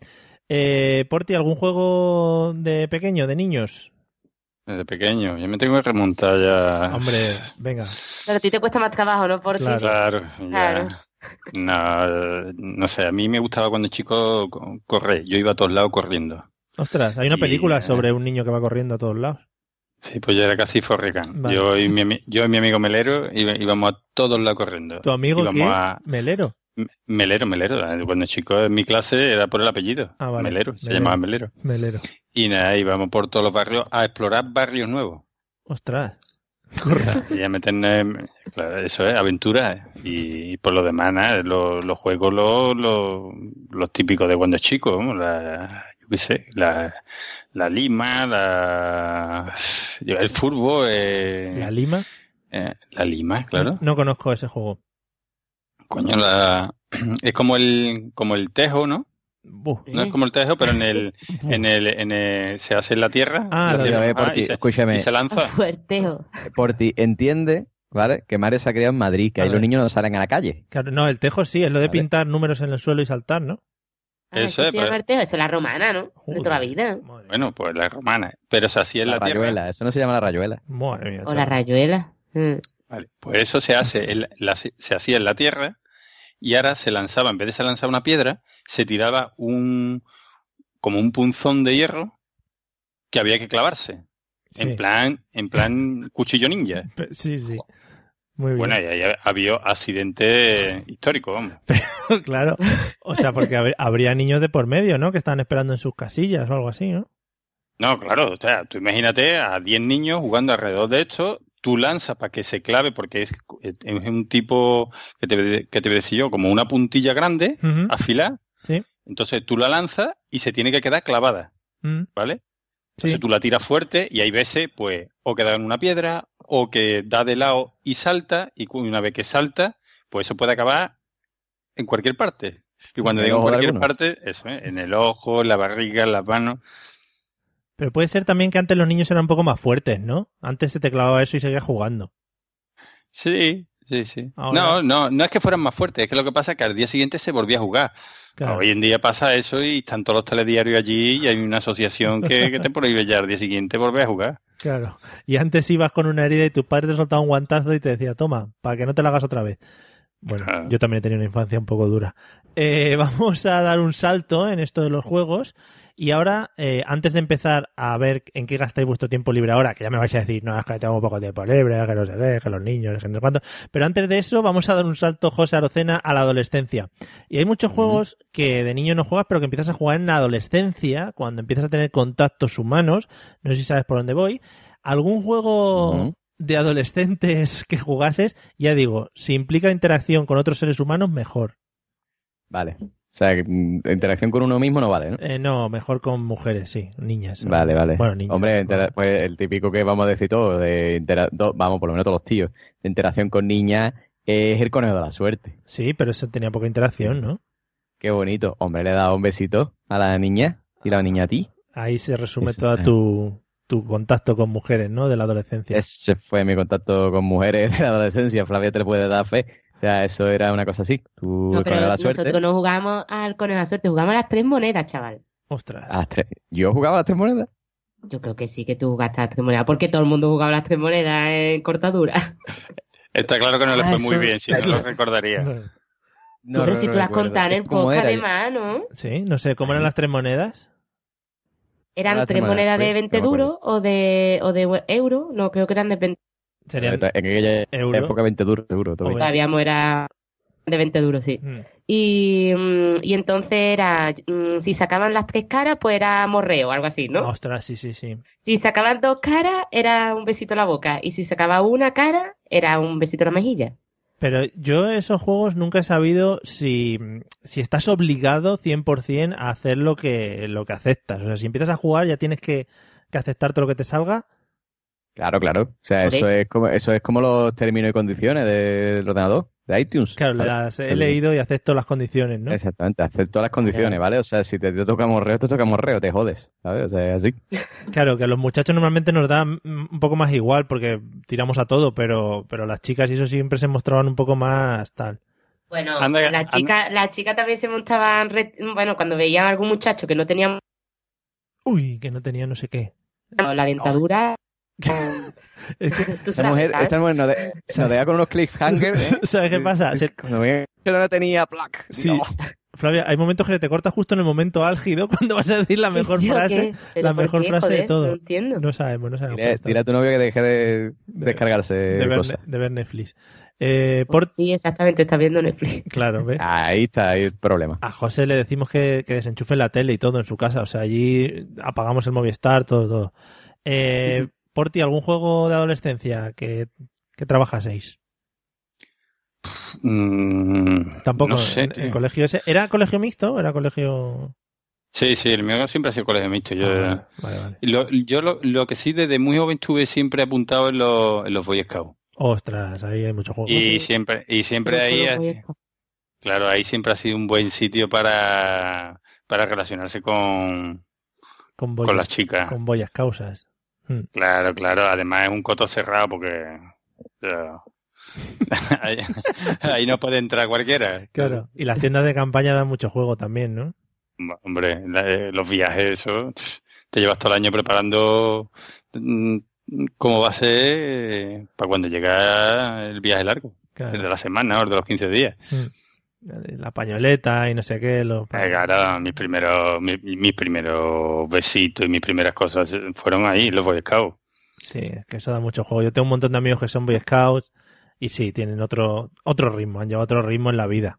Speaker 3: Eh, Porti, ¿algún juego de pequeño, de niños?
Speaker 4: Desde pequeño. Yo me tengo que remontar ya.
Speaker 3: Hombre, venga.
Speaker 5: Pero a ti te cuesta más trabajo, ¿no? Porque
Speaker 4: Claro, ya.
Speaker 5: Claro.
Speaker 4: No, no sé, a mí me gustaba cuando chico co- correr. Yo iba a todos lados corriendo.
Speaker 3: Ostras, hay una
Speaker 4: Y,
Speaker 3: película
Speaker 4: eh,
Speaker 3: sobre un niño que va corriendo a todos lados.
Speaker 4: Sí, pues yo era casi forrecán.
Speaker 3: Vale.
Speaker 4: Yo, y mi, ami- yo y mi amigo Melero iba- íbamos a todos lados corriendo.
Speaker 3: ¿Tu amigo
Speaker 4: íbamos
Speaker 3: qué?
Speaker 4: a
Speaker 3: Melero.
Speaker 4: Melero, Melero. Cuando chico en mi clase era por el apellido.
Speaker 3: Ah, vale.
Speaker 4: Melero, se
Speaker 3: Melero.
Speaker 4: llamaba Melero.
Speaker 3: Melero.
Speaker 4: Y nada, íbamos por todos los barrios a explorar barrios nuevos.
Speaker 3: Ostras.
Speaker 4: Ah, Y a meternos, claro, eso es aventura. Y por lo demás, nada, lo- los juegos, los lo, los típicos de cuando es chico, ¿no? la, yo qué sé, la, la lima, la, el fútbol. eh,
Speaker 3: ¿La Lima?
Speaker 4: eh, la lima, claro.
Speaker 3: No conozco ese juego.
Speaker 4: Coño, la, es como el, como el tejo, ¿no?
Speaker 3: Buh.
Speaker 4: No es como el tejo, pero en el, en el, en el- se hace en la tierra,
Speaker 8: Ah,
Speaker 4: la
Speaker 8: lo
Speaker 4: tierra
Speaker 8: de-
Speaker 4: mojada,
Speaker 8: porque,
Speaker 4: y, se,
Speaker 8: escúchame.
Speaker 4: y se lanza.
Speaker 5: Ah, Fuertejo.
Speaker 8: Porti, entiende, ¿vale? Que Mario se ha criado en Madrid, que ahí los niños no salen a la calle.
Speaker 3: Claro, no, el tejo sí, es lo de pintar números en el suelo y saltar, ¿no?
Speaker 5: Ah, eso se llama el tejo, eso es la romana, ¿no? De toda la vida.
Speaker 4: Bueno, pues la romana, pero se hacía en la,
Speaker 8: La
Speaker 4: tierra.
Speaker 8: rayuela, eso no se llama la rayuela.
Speaker 3: Madre mía,
Speaker 5: O la rayuela. Mm.
Speaker 4: Vale, pues eso se hace, en la- la- se hacía en la tierra y ahora se lanzaba, en vez de se lanzaba una piedra, se tiraba un como un punzón de hierro que había que clavarse. En plan, en plan cuchillo ninja.
Speaker 3: Pe- Sí, sí. Muy bien.
Speaker 4: Bueno, y ahí había accidente histórico, vamos.
Speaker 3: claro. O sea, porque hab- habría niños de por medio, ¿no? Que están esperando en sus casillas o algo así, ¿no?
Speaker 4: No, claro, o sea, tú imagínate a 10 niños jugando alrededor de esto, tú lanzas para que se clave, porque es, es un tipo, que te, que te voy a decir yo, como una puntilla grande,
Speaker 3: Ujú.
Speaker 4: afilada,
Speaker 3: Sí.
Speaker 4: entonces tú la lanzas y se tiene que quedar clavada,
Speaker 3: Mm.
Speaker 4: ¿vale? Entonces tú la tiras fuerte y hay veces, pues, o que da en una piedra, o que da de lado y salta, y cu- una vez que salta, pues eso puede acabar en cualquier parte. Y cuando
Speaker 8: En el
Speaker 4: digo en
Speaker 8: ojo de
Speaker 4: cualquier
Speaker 8: alguno.
Speaker 4: parte, eso, ¿eh? en el ojo, en la barriga, en las manos.
Speaker 3: Pero puede ser también que antes los niños eran un poco más fuertes, ¿no? Antes se te clavaba eso y seguías jugando.
Speaker 4: Sí, sí, sí.
Speaker 3: Ahora-
Speaker 4: No, no, no es que fueran más fuertes, es que lo que pasa es que al día siguiente se volvía a jugar.
Speaker 3: Claro.
Speaker 4: Hoy en día pasa eso y están todos los telediarios allí y hay una asociación que, que te prohíbe ya al día siguiente volver a jugar.
Speaker 3: Claro. Y antes ibas con una herida y tu padre te soltaba un guantazo y te decía, toma, para que no te la hagas otra vez. Bueno,
Speaker 4: Claro.
Speaker 3: yo también he tenido una infancia un poco dura. Eh, vamos a dar un salto en esto de los juegos. Y ahora, eh, antes de empezar a ver en qué gastáis vuestro tiempo libre ahora, que ya me vais a decir, no, es que tengo poco tiempo libre, que no sé qué, que los niños, que no sé cuánto. Pero antes de eso, vamos a dar un salto, José Arocena, a la adolescencia. Y hay muchos juegos que de niño no juegas, pero que empiezas a jugar en la adolescencia, cuando empiezas a tener contactos humanos. No sé si sabes por dónde voy. ¿Algún juego
Speaker 8: Ujú.
Speaker 3: de adolescentes que jugases? Ya digo, si implica interacción con otros seres humanos, mejor.
Speaker 8: Vale. O sea, que, mm, interacción con uno mismo no vale, ¿no?
Speaker 3: Eh, no, mejor con mujeres, sí, niñas.
Speaker 8: Vale, vale.
Speaker 3: Bueno, niñas.
Speaker 8: Hombre, intera- pues el típico que vamos a decir todos, de intera- to- vamos, por lo menos todos los tíos, de interacción con niñas, es el conejo de la suerte.
Speaker 3: Sí, pero eso tenía poca interacción, ¿no?
Speaker 8: Qué bonito. Hombre, le he dado un besito a la niña y la niña a ti.
Speaker 3: Ahí se resume
Speaker 8: Eso,
Speaker 3: todo
Speaker 8: eh.
Speaker 3: tu, tu contacto con mujeres, ¿no? De la adolescencia.
Speaker 8: Ese fue mi contacto con mujeres de la adolescencia. Flavia te le puede dar fe. O sea, eso era una cosa así. Tú,
Speaker 5: No, pero
Speaker 8: el conejo de la
Speaker 5: nosotros
Speaker 8: suerte.
Speaker 5: no jugamos al conejo de la suerte, jugamos a las tres monedas, chaval.
Speaker 3: Ostras.
Speaker 8: a las Ah, tres- Yo jugaba a las tres monedas.
Speaker 5: Yo creo que sí que tú jugaste a las tres monedas, porque todo el mundo jugaba a las tres monedas en cortadura.
Speaker 4: Está claro que no le
Speaker 8: Ah,
Speaker 4: fue muy
Speaker 8: eso-
Speaker 4: bien, si no lo recordaría.
Speaker 8: No,
Speaker 5: Hombre,
Speaker 8: no,
Speaker 5: si
Speaker 8: no
Speaker 5: tú las
Speaker 8: recuerdo.
Speaker 5: contabas en
Speaker 8: Es
Speaker 5: el
Speaker 8: como
Speaker 5: podcast,
Speaker 8: era.
Speaker 5: además, ¿no?
Speaker 3: Sí, no sé, ¿cómo eran las tres monedas?
Speaker 5: Eran
Speaker 8: Las
Speaker 5: tres
Speaker 8: tres
Speaker 5: monedas
Speaker 8: monedas,
Speaker 5: de
Speaker 8: sí,
Speaker 5: 20
Speaker 8: yo me acuerdo.
Speaker 5: duros o de, o de euro, no, creo que eran de 20
Speaker 3: Serían
Speaker 8: En aquella
Speaker 3: euro.
Speaker 8: época 20 duros, seguro. todo
Speaker 3: Hombre.
Speaker 8: bien.
Speaker 5: Todavía no era de 20 duros, sí.
Speaker 3: Mm.
Speaker 5: Y, mm, y entonces era, mm, si sacaban las tres caras, pues era morreo, algo así, ¿no?
Speaker 3: Ostras, sí, sí, sí.
Speaker 5: Si sacaban dos caras, era un besito en la boca. Y si sacaba una cara, era un besito en la mejilla.
Speaker 3: Pero yo esos juegos nunca he sabido si, si estás obligado 100% a hacer lo que, lo que aceptas. O sea, si empiezas a jugar ya tienes que, que aceptar todo lo que te salga.
Speaker 8: Claro, claro. O sea,
Speaker 5: Ok.
Speaker 8: eso es como eso es como los términos y condiciones del ordenador, de iTunes.
Speaker 3: Claro,
Speaker 8: ¿vale?
Speaker 3: las he
Speaker 8: el-
Speaker 3: leído y acepto las condiciones, ¿no?
Speaker 8: Exactamente, acepto las condiciones, ¿vale? O sea, si te, toca morreo, te toca morreo, te jodes, ¿sabes? O sea, así.
Speaker 3: Claro, que a los muchachos normalmente nos da mm, un poco más igual porque tiramos a todo, pero, pero las chicas y eso siempre se mostraban un poco más tal.
Speaker 5: Bueno,
Speaker 4: Anda que-
Speaker 5: las
Speaker 4: anda-
Speaker 5: chicas las chicas también se montaban, re- bueno, cuando veían a algún muchacho que no tenía
Speaker 3: Uy, que no tenía no sé qué.
Speaker 5: la dentadura,
Speaker 3: Es que-
Speaker 5: tú
Speaker 8: Esta
Speaker 5: sabes,
Speaker 8: mujer,
Speaker 5: ¿sabes?
Speaker 8: esta mujer nos, de- nos deja con unos cliffhangers, ¿eh?
Speaker 3: ¿Sabes qué pasa? Se-
Speaker 8: Cuando ve que no la tenía, plac.
Speaker 3: Sí.
Speaker 8: digo,
Speaker 3: Flavia, hay momentos que te cortas justo en el momento álgido cuando vas a decir la mejor
Speaker 5: ¿Sí o
Speaker 3: frase.
Speaker 5: qué? ¿Pero
Speaker 3: la
Speaker 5: por
Speaker 3: mejor
Speaker 5: qué,
Speaker 3: frase de
Speaker 5: joder?
Speaker 3: todo.
Speaker 5: No entiendo.
Speaker 3: No sabemos, no sabemos.
Speaker 8: dile, dile a tu novio que deje de descargarse
Speaker 3: pues de ver,
Speaker 8: cosas.
Speaker 3: de ver Netflix. Eh, por...
Speaker 5: Sí, exactamente, está viendo Netflix.
Speaker 3: Claro, ¿ves?
Speaker 8: Ahí está ahí el problema.
Speaker 3: A José le decimos que, que desenchufe la tele y todo en su casa. O sea, allí apagamos el Movistar, todo, todo. Eh, Porti, ¿algún juego de adolescencia que, que trabajaseis?
Speaker 4: Mm,
Speaker 3: Tampoco. eh,
Speaker 4: no sé,
Speaker 3: en- en
Speaker 4: tío.
Speaker 3: colegio ese. ¿Era colegio mixto? ¿Era colegio...?
Speaker 4: Sí, sí, el mío siempre ha sido colegio mixto. Yo, eh,
Speaker 3: Ah, vale, vale.
Speaker 4: lo, yo lo, lo que sí desde muy joven tuve siempre apuntado en los, en los Boy Scouts.
Speaker 3: Ostras, ahí hay muchos juegos.
Speaker 4: Y siempre, y siempre ahí,
Speaker 5: Pero,
Speaker 4: ha- claro, ahí siempre ha sido un buen sitio para, para relacionarse con,
Speaker 3: con, boyas,
Speaker 4: con las chicas.
Speaker 3: con boyas causas.
Speaker 4: Claro, claro. Además es un coto cerrado porque eh, ahí, ahí no puede entrar cualquiera.
Speaker 3: Claro. Y las tiendas de campaña dan mucho juego también, ¿no?
Speaker 4: Hombre, la- eh, los viajes, eso. pf, Te llevas todo el año preparando mm, cómo va a ser eh, para cuando llega el viaje largo, el de
Speaker 3: Claro.
Speaker 4: la semana o el de los 15 días.
Speaker 3: La pañoleta y no sé qué. Los...
Speaker 4: Eh, Claro, mis primeros, mi- mis, primeros besitos y mis primeras cosas eh, fueron ahí, los Boy Scouts.
Speaker 3: Sí, es que eso da mucho juego. Yo tengo un montón de amigos que son Boy Scouts y sí, tienen otro, otro ritmo, han llevado otro ritmo en la vida.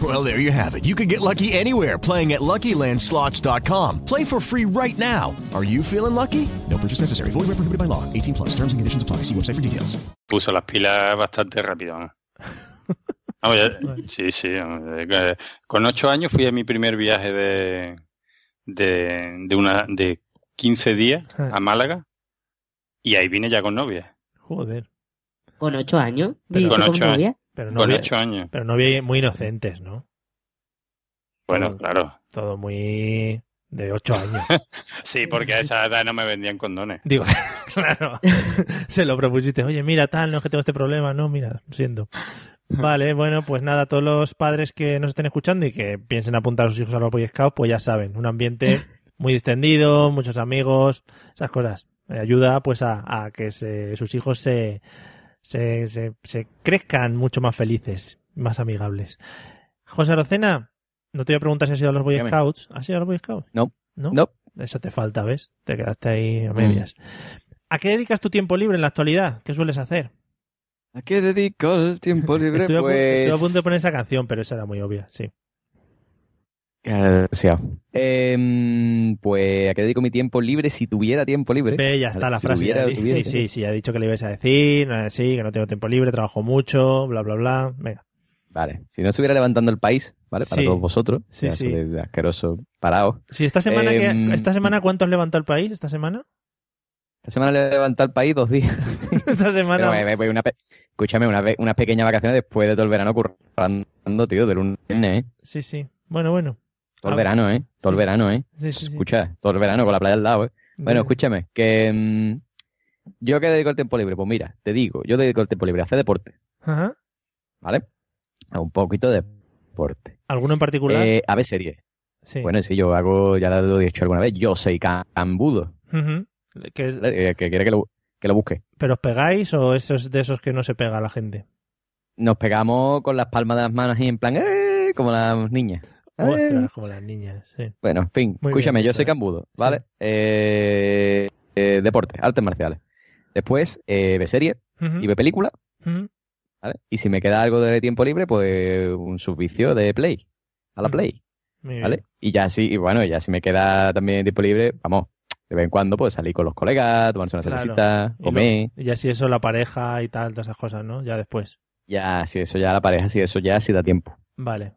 Speaker 10: Well, there you have it. You can get lucky anywhere playing at LuckyLandSlots.com. Play for free right now. Are you feeling lucky? No purchase necessary. Void where prohibited by law. 18 plus. Terms and conditions apply. See website for details.
Speaker 4: puso las pilas bastante rápido. ¿no? Vamos, ya- sí, sí. vamos, eh, Con ocho años fui a mi primer viaje de, de, de una, de 15 días a Málaga y ahí vine ya con novia.
Speaker 3: Joder.
Speaker 5: Con ocho años.
Speaker 4: Pero-
Speaker 5: ¿viviste
Speaker 4: con ocho
Speaker 5: con
Speaker 4: años.
Speaker 5: novia?
Speaker 3: Pero
Speaker 4: con
Speaker 3: novia-
Speaker 4: ocho años.
Speaker 3: Pero no vi muy inocentes, ¿no?
Speaker 4: Bueno,
Speaker 3: todo-
Speaker 4: claro.
Speaker 3: Todo muy de ocho años.
Speaker 4: Sí, porque a esa edad no me vendían condones.
Speaker 3: Digo, claro. Se lo propusiste. Oye, mira, tal, no es que tengo este problema. No, mira, lo siento. Vale, bueno, pues nada, todos los padres que nos estén escuchando y que piensen apuntar a sus hijos a los Boy Scouts, pues ya saben, un ambiente muy distendido, muchos amigos, esas cosas. Eh, Ayuda pues a, a que se- sus hijos se, se, se, se crezcan mucho más felices, más amigables. José Arocena, no te voy a preguntar si has ido a los Boy
Speaker 8: Dígame.
Speaker 3: Scouts. ¿Has ido a los Boy Scouts?
Speaker 8: No.
Speaker 3: ¿No?
Speaker 8: No.
Speaker 3: Eso te falta, ¿ves? Te quedaste ahí
Speaker 8: Mm.
Speaker 3: a medias. ¿A qué dedicas tu tiempo libre en la actualidad? ¿Qué sueles hacer?
Speaker 8: ¿A qué dedico el tiempo libre?
Speaker 3: estoy, a pu-
Speaker 8: pues...
Speaker 3: estoy a punto de poner esa canción, pero esa era muy obvia, sí.
Speaker 8: Gracias. Em, pues a qué dedico mi tiempo libre si tuviera tiempo libre.
Speaker 3: Ve, ya está la
Speaker 8: Si
Speaker 3: frase.
Speaker 8: tuviera,
Speaker 3: ya di-
Speaker 8: tuviera.
Speaker 3: sí, sí, sí, ya he dicho que le ibas a decir, no, sí, que no tengo tiempo libre, trabajo mucho, bla, bla, bla. Venga.
Speaker 8: Vale. Si no estuviera levantando el país, ¿vale? Para
Speaker 3: Sí.
Speaker 8: todos vosotros.
Speaker 3: Sí,
Speaker 8: Ya, eso
Speaker 3: sí.
Speaker 8: de asqueroso parado.
Speaker 3: Si esta semana, que-
Speaker 8: Em,
Speaker 3: esta semana ¿cuánto has levantado el país? ¿Esta semana?
Speaker 8: Esta semana le he levantado el país dos días.
Speaker 3: Esta semana.
Speaker 8: Pero, eh, pues, una pe- Escúchame, una pe- unas pequeñas vacaciones después de todo el verano currando, tío, del lunes, ¿eh?
Speaker 3: Sí, sí. Bueno, bueno.
Speaker 8: Todo el
Speaker 3: A-
Speaker 8: verano, ¿eh? Todo el
Speaker 3: Ah, Sí.
Speaker 8: verano, ¿eh?
Speaker 3: Sí, sí, sí.
Speaker 8: Escucha, todo el verano con la playa al lado, ¿eh? Bueno,
Speaker 3: Ya.
Speaker 8: escúchame, que mm, yo que dedico el tiempo libre, pues mira, te digo, yo dedico el tiempo libre a hacer deporte,
Speaker 3: Ajá.
Speaker 8: ¿vale? A un poquito de deporte.
Speaker 3: ¿Alguno en particular?
Speaker 8: Eh, a ver series.
Speaker 3: sí.
Speaker 8: Bueno, sí, yo hago, ya lo he dicho alguna vez, yo soy ca- cambudo,
Speaker 3: Ujú. Que es-
Speaker 8: ¿vale? Eh, que quiere que lo, que lo busque.
Speaker 3: ¿Pero os pegáis o esos de esos que no se pega a la gente?
Speaker 8: Nos pegamos con las palmas de las manos y en plan, ¡eh! como las niñas. ¡eh!
Speaker 3: Ostras, como las niñas, sí.
Speaker 8: Bueno, en fin,
Speaker 3: Muy
Speaker 8: escúchame,
Speaker 3: bien,
Speaker 8: yo
Speaker 3: eso
Speaker 8: soy
Speaker 3: es.
Speaker 8: cambudo, ¿vale? Eh, eh, deporte, artes marciales. Después, eh, ve series
Speaker 3: Ujú,
Speaker 8: y ve películas.
Speaker 3: ujú.
Speaker 8: ¿vale? Y si me queda algo de tiempo libre, pues un subvicio de Play, a la
Speaker 3: Ujú.
Speaker 8: Play,
Speaker 3: Mm, Muy bien.
Speaker 8: ¿vale? Y ya sí, y bueno, ya si me queda también tiempo libre, vamos, de vez en cuando pues salir con los colegas, tomarse una
Speaker 3: Claro.
Speaker 8: cervecita,
Speaker 3: Y
Speaker 8: comer,
Speaker 3: lo- Y así eso, la pareja y tal, todas esas cosas, ¿no? Ya después.
Speaker 8: ya si eso ya la pareja, si eso ya sí da tiempo.
Speaker 3: Vale.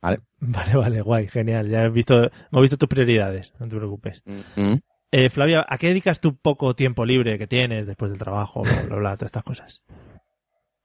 Speaker 8: Vale.
Speaker 3: Vale, vale, guay, genial. Ya he visto, hemos visto tus prioridades, no te preocupes.
Speaker 5: Mm-hmm.
Speaker 3: Eh, Flavia, ¿a qué dedicas tu poco tiempo libre que tienes después del trabajo, bla, bla, bla, todas estas cosas?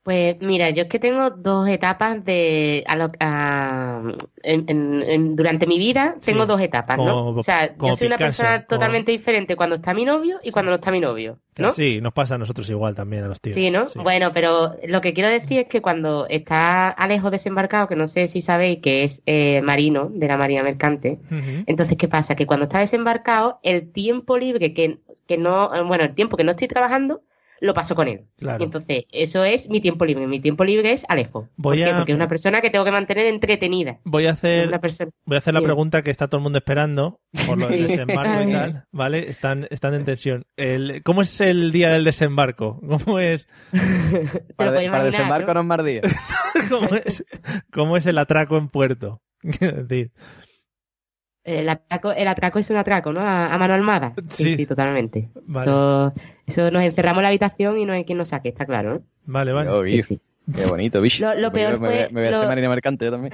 Speaker 5: Pues mira, yo es que tengo dos etapas de a lo- a- mm, en- en- en- durante mi vida tengo
Speaker 3: Sí.
Speaker 5: dos etapas, ¿no?
Speaker 3: Como-
Speaker 5: o sea,
Speaker 3: como
Speaker 5: yo soy una
Speaker 3: Picasso,
Speaker 5: persona
Speaker 3: como-
Speaker 5: totalmente diferente cuando está mi novio y cuando no está mi novio,
Speaker 3: Que
Speaker 5: ¿no?
Speaker 3: Sí, nos pasa a nosotros igual también a los tíos.
Speaker 5: Sí, ¿no? Bueno, pero lo que quiero decir es que cuando está Alejo desembarcado, que no sé si sabéis que es eh, marino de la Marina Mercante,
Speaker 3: Ujú.
Speaker 5: entonces, ¿qué pasa? Que cuando está desembarcado, el tiempo libre que, que no, bueno, el tiempo que no estoy trabajando, lo paso con él.
Speaker 3: Claro.
Speaker 5: Y entonces, eso es mi tiempo libre. Mi tiempo libre es Alejo. ¿Por
Speaker 3: Voy
Speaker 5: qué?
Speaker 3: a-
Speaker 5: Porque es una persona que tengo que mantener entretenida.
Speaker 3: Voy a hacer
Speaker 5: Una persona.
Speaker 3: Voy a hacer la
Speaker 5: Bien.
Speaker 3: pregunta que está todo el mundo esperando por lo del
Speaker 5: Sí.
Speaker 3: desembarco y tal, ¿vale? Están, están en tensión. El- ¿Cómo es el día del desembarco? ¿Cómo es,
Speaker 8: Para,
Speaker 5: lo
Speaker 8: de-
Speaker 5: puedes
Speaker 8: para
Speaker 5: imaginar,
Speaker 8: desembarco
Speaker 5: ¿no?
Speaker 8: no es más día.
Speaker 3: cómo es, cómo es el atraco en puerto? Quiero decir,
Speaker 5: El atraco, el atraco es un atraco, ¿no? A, a mano armada. Sí,
Speaker 3: Sí.
Speaker 5: sí, totalmente.
Speaker 3: Vale.
Speaker 5: Eso, eso nos encerramos en la habitación y no hay quien nos saque, está claro, ¿no?
Speaker 3: Vale, vale.
Speaker 8: Oh,
Speaker 5: Sí,
Speaker 8: bicho,
Speaker 5: sí.
Speaker 8: Qué bonito, bicho.
Speaker 5: Lo- lo
Speaker 8: Pues yo
Speaker 5: peor
Speaker 8: me, voy a-
Speaker 5: fue
Speaker 8: me voy a hacer
Speaker 5: lo-
Speaker 8: marina mercante yo también.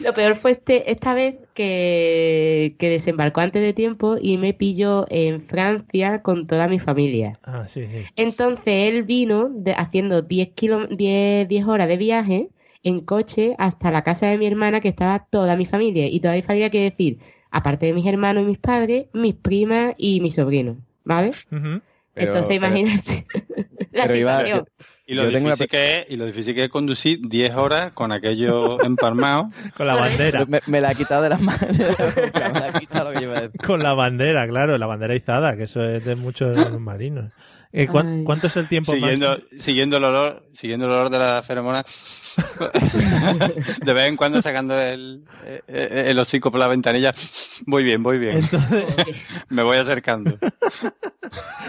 Speaker 5: Lo peor fue este, esta vez que, que desembarcó antes de tiempo y me pilló en Francia con toda mi familia.
Speaker 3: Ah, sí, sí.
Speaker 5: Entonces él vino de- haciendo 10, kilo- 10, 10 horas de viaje en coche hasta la casa de mi hermana que estaba toda mi familia. Y toda mi familia que decir, aparte de mis hermanos y mis padres, mis primas y mis sobrinos. ¿Vale?
Speaker 4: Pero-
Speaker 5: Entonces
Speaker 4: pero-
Speaker 5: imagínate la situación.
Speaker 4: Y lo,
Speaker 8: Yo tengo
Speaker 4: difícil
Speaker 8: una
Speaker 4: que es, y lo difícil que es conducir 10 horas con aquello empalmado.
Speaker 3: Con la bandera.
Speaker 8: Me, me la ha quitado de las manos.
Speaker 3: Con la bandera, claro, la bandera izada, que eso es de muchos
Speaker 5: Ah.
Speaker 3: marinos. Eh, ¿cuán- ¿Cuánto es el tiempo más?
Speaker 4: Siguiendo, siguiendo el olor, siguiendo el olor de la feromona. de vez en cuando sacando el, eh, eh, el hocico por la ventanilla. Muy bien, muy bien. Me voy acercando.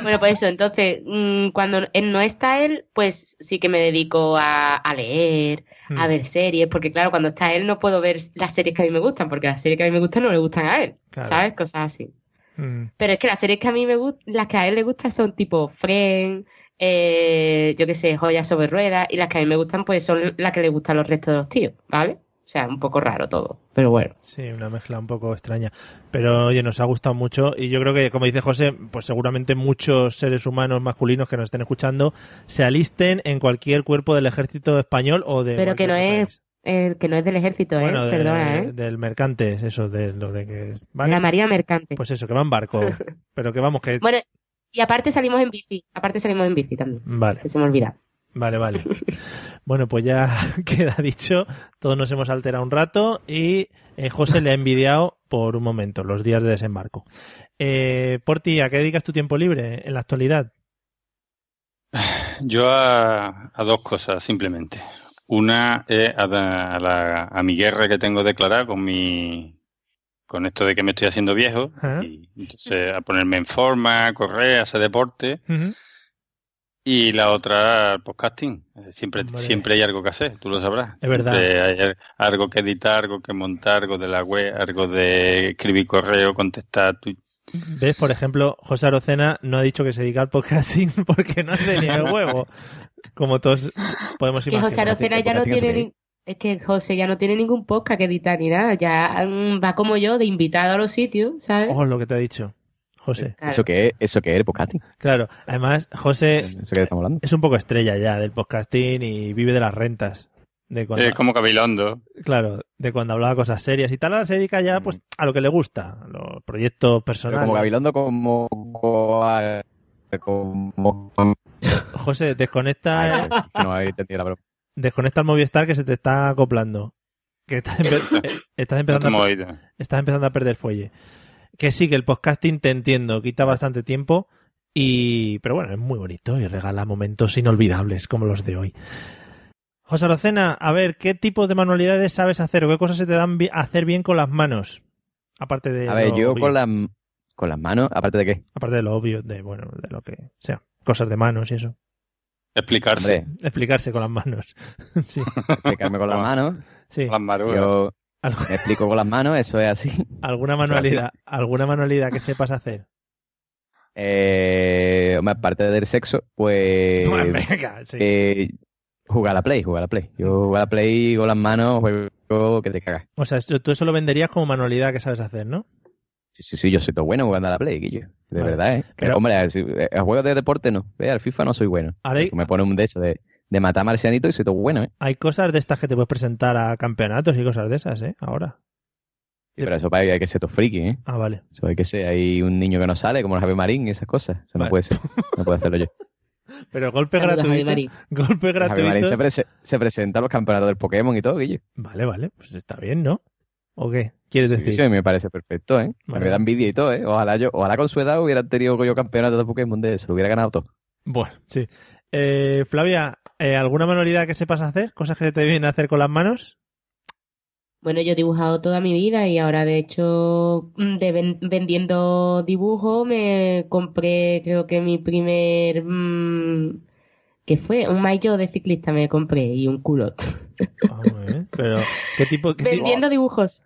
Speaker 5: Bueno, pues eso, entonces, mm, cuando él no está él, pues sí que me dedico a, a leer,
Speaker 3: Mm.
Speaker 5: a ver series, porque claro, cuando está él no puedo ver las series que a mí me gustan, porque las series que a mí me gustan no le gustan a él,
Speaker 3: Claro.
Speaker 5: ¿sabes? Cosas así.
Speaker 3: Mm.
Speaker 5: Pero es que las series que a mí me gustan, las que a él le gustan son tipo Friends, eh, yo qué sé, Joyas sobre Ruedas, y las que a mí me gustan pues son las que le gustan a los restos de los tíos, ¿vale? O sea, un poco raro todo. Pero bueno.
Speaker 3: Sí, una mezcla un poco extraña. Pero oye, nos ha gustado mucho y yo creo que, como dice José, pues seguramente muchos seres humanos masculinos que nos estén escuchando se alisten en cualquier cuerpo del ejército español o de...
Speaker 5: Pero que no
Speaker 3: cualquier-
Speaker 5: es, el que no es del ejército, ¿eh?
Speaker 3: Bueno, de-
Speaker 5: Perdona, ¿eh?
Speaker 3: del mercante, eso, de lo de que... es- ¿vale?
Speaker 5: La María Mercante.
Speaker 3: Pues eso, que va en barco. Pero que vamos, que...
Speaker 5: Bueno, y aparte salimos en bici, aparte salimos en bici también.
Speaker 3: Vale.
Speaker 5: se me olvida.
Speaker 3: Vale, vale. Bueno, pues ya queda dicho. Todos nos hemos alterado un rato y eh, José le ha envidiado por un momento los días de desembarco. Eh, Porti, ¿a qué dedicas tu tiempo libre en la actualidad?
Speaker 4: Yo a, a dos cosas, simplemente. Una es a, la- a la- a mi guerra que tengo declarada con mi con esto de que me estoy haciendo viejo, entonces a ponerme en forma, a correr, a hacer deporte, y la otra al podcasting. Eh, Siempre, siempre hay algo que hacer, tú lo sabrás.
Speaker 3: Es verdad.
Speaker 4: Siempre hay algo que editar, algo que montar, algo de la web, algo de escribir correo, contestar tu-
Speaker 3: ¿Ves? Por ejemplo, José Arocena no ha dicho que se dedica al podcasting porque no hace ni el huevo. Como todos podemos
Speaker 5: que
Speaker 3: imaginar.
Speaker 5: José Arocena ya no tiene ni- es que José ya no tiene ningún podcast que editar ni nada, ya mm, va como yo de invitado a los sitios, ¿sabes?
Speaker 3: Ojo Oh, lo que te ha dicho, José.
Speaker 5: Claro.
Speaker 8: ¿Eso qué es? ¿Eso qué es? ¿Podcasting?
Speaker 3: Claro, además, José
Speaker 8: ¿Eso qué estamos hablando?
Speaker 3: es un poco estrella ya del podcasting y vive de las rentas. De cuando-
Speaker 4: eh, como cabilondo.
Speaker 3: Claro, de cuando hablaba cosas serias y tal, ahora se dedica ya pues a lo que le gusta, a los proyectos
Speaker 8: Mm. Pero
Speaker 3: personales.
Speaker 8: como Gabilondo, como. como.
Speaker 3: José, desconecta,
Speaker 8: No habéis entendido la broma.
Speaker 3: desconecta el Movistar que se te está acoplando. Que estás, empe- eh, estás empezando,
Speaker 4: No
Speaker 3: a,
Speaker 4: te hemos oído.
Speaker 3: estás empezando a perder fuelle. Que sí, que el podcasting te entiendo, quita bastante tiempo, y pero bueno, es muy bonito y regala momentos inolvidables como los de hoy. José Arocena, a ver, ¿qué tipo de manualidades sabes hacer o qué cosas se te dan bi- hacer bien con las manos? Aparte de...
Speaker 8: A ver,
Speaker 3: lo
Speaker 8: yo
Speaker 3: obvio.
Speaker 8: con, las con las manos, aparte de qué?
Speaker 3: aparte de lo obvio, de bueno, de lo que sea, cosas de manos y eso.
Speaker 4: Explicarse.
Speaker 8: Hombre,
Speaker 3: Explicarse con las manos. sí.
Speaker 8: explicarme con las manos.
Speaker 3: Sí.
Speaker 4: Las marugas.
Speaker 8: Yo
Speaker 3: Algo- Ah.
Speaker 8: me explico con las manos, eso es así.
Speaker 3: ¿Alguna
Speaker 8: Eso es así.
Speaker 3: manualidad, alguna manualidad que sepas hacer?
Speaker 8: Eh, hombre, aparte del sexo, pues.
Speaker 3: Venga, sí.
Speaker 8: eh, jugar a la Play, jugar a la Play. Yo jugar a la Play con las manos, juego que te cagas.
Speaker 3: O sea, esto- tú eso lo venderías como manualidad que sabes hacer, ¿no?
Speaker 8: Sí, sí, sí, yo soy todo bueno jugando a la Play, Guillo. De
Speaker 3: Vale.
Speaker 8: verdad, ¿eh?
Speaker 3: Pero-
Speaker 8: Pero, hombre, a, si- a juegos de deporte no. Eh, al FIFA no soy bueno.
Speaker 3: Ahora hay-
Speaker 8: Porque Me pone un de eso de, de matar marcianito y soy todo bueno, ¿eh?
Speaker 3: Hay cosas de estas que te puedes presentar a campeonatos y cosas de esas, ¿eh? Ahora.
Speaker 8: Sí, pero eso para hay que ser todo friki, ¿eh?
Speaker 3: Ah, vale.
Speaker 8: Eso hay que ser. Hay un niño que no sale, como el Javi Marín y esas cosas. Eso
Speaker 3: Vale.
Speaker 8: no puede ser. No puedo hacerlo yo.
Speaker 3: Pero golpe
Speaker 5: Saludos, Javi Marín.
Speaker 3: gratuito. Golpe
Speaker 8: El Javi Marín se,
Speaker 3: gratuito.
Speaker 8: prese- se presenta a los campeonatos del Pokémon y todo, Guillo.
Speaker 3: Vale, vale. Pues está bien, ¿no? ¿O qué? ¿Quieres
Speaker 8: Sí,
Speaker 3: decir?
Speaker 8: sí, me parece perfecto, ¿eh?
Speaker 3: Vale.
Speaker 8: Me da envidia y todo, ¿eh? Ojalá yo, ojalá con su edad hubiera tenido yo campeonato de Pokémon de eso, lo hubiera ganado todo.
Speaker 3: Bueno, sí. Eh, Flavia, eh, ¿alguna manualidad que sepas hacer? ¿Cosas que te vienen a hacer con las manos?
Speaker 5: Bueno, yo he dibujado toda mi vida y ahora de hecho mm, de ven- vendiendo dibujo me compré creo que mi primer mm, que fue un maillot de ciclista me compré y un culot.
Speaker 3: Ah, Pero, ¿qué tipo, qué tipo-
Speaker 5: Vendiendo dibujos.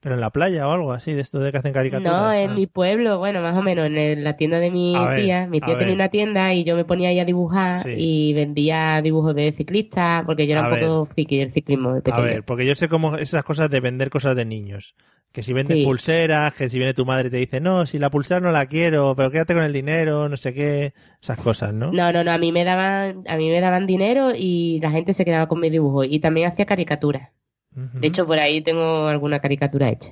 Speaker 3: Pero en la playa o algo así, de esto de que hacen caricaturas.
Speaker 5: No,
Speaker 3: Ah.
Speaker 5: en mi pueblo, bueno, más o menos, en el- la tienda de mi
Speaker 3: A ver,
Speaker 5: tía. Mi
Speaker 3: a
Speaker 5: tía tenía
Speaker 3: ver.
Speaker 5: una tienda y yo me ponía ahí a dibujar
Speaker 3: Sí.
Speaker 5: y vendía dibujos de ciclistas porque yo era
Speaker 3: A
Speaker 5: un poco friki del ciclismo de
Speaker 3: A
Speaker 5: pequeño.
Speaker 3: ver, porque yo sé cómo esas cosas de vender cosas de niños. Que si vendes
Speaker 5: Sí.
Speaker 3: pulseras, que si viene tu madre y te dice, no, si la pulsera no la quiero, pero quédate con el dinero, no sé qué, esas cosas, ¿no?
Speaker 5: No, no, no, a mí me daban, a mí me daban dinero y la gente se quedaba con mis dibujos y también hacía caricaturas. De hecho, por ahí tengo alguna caricatura hecha.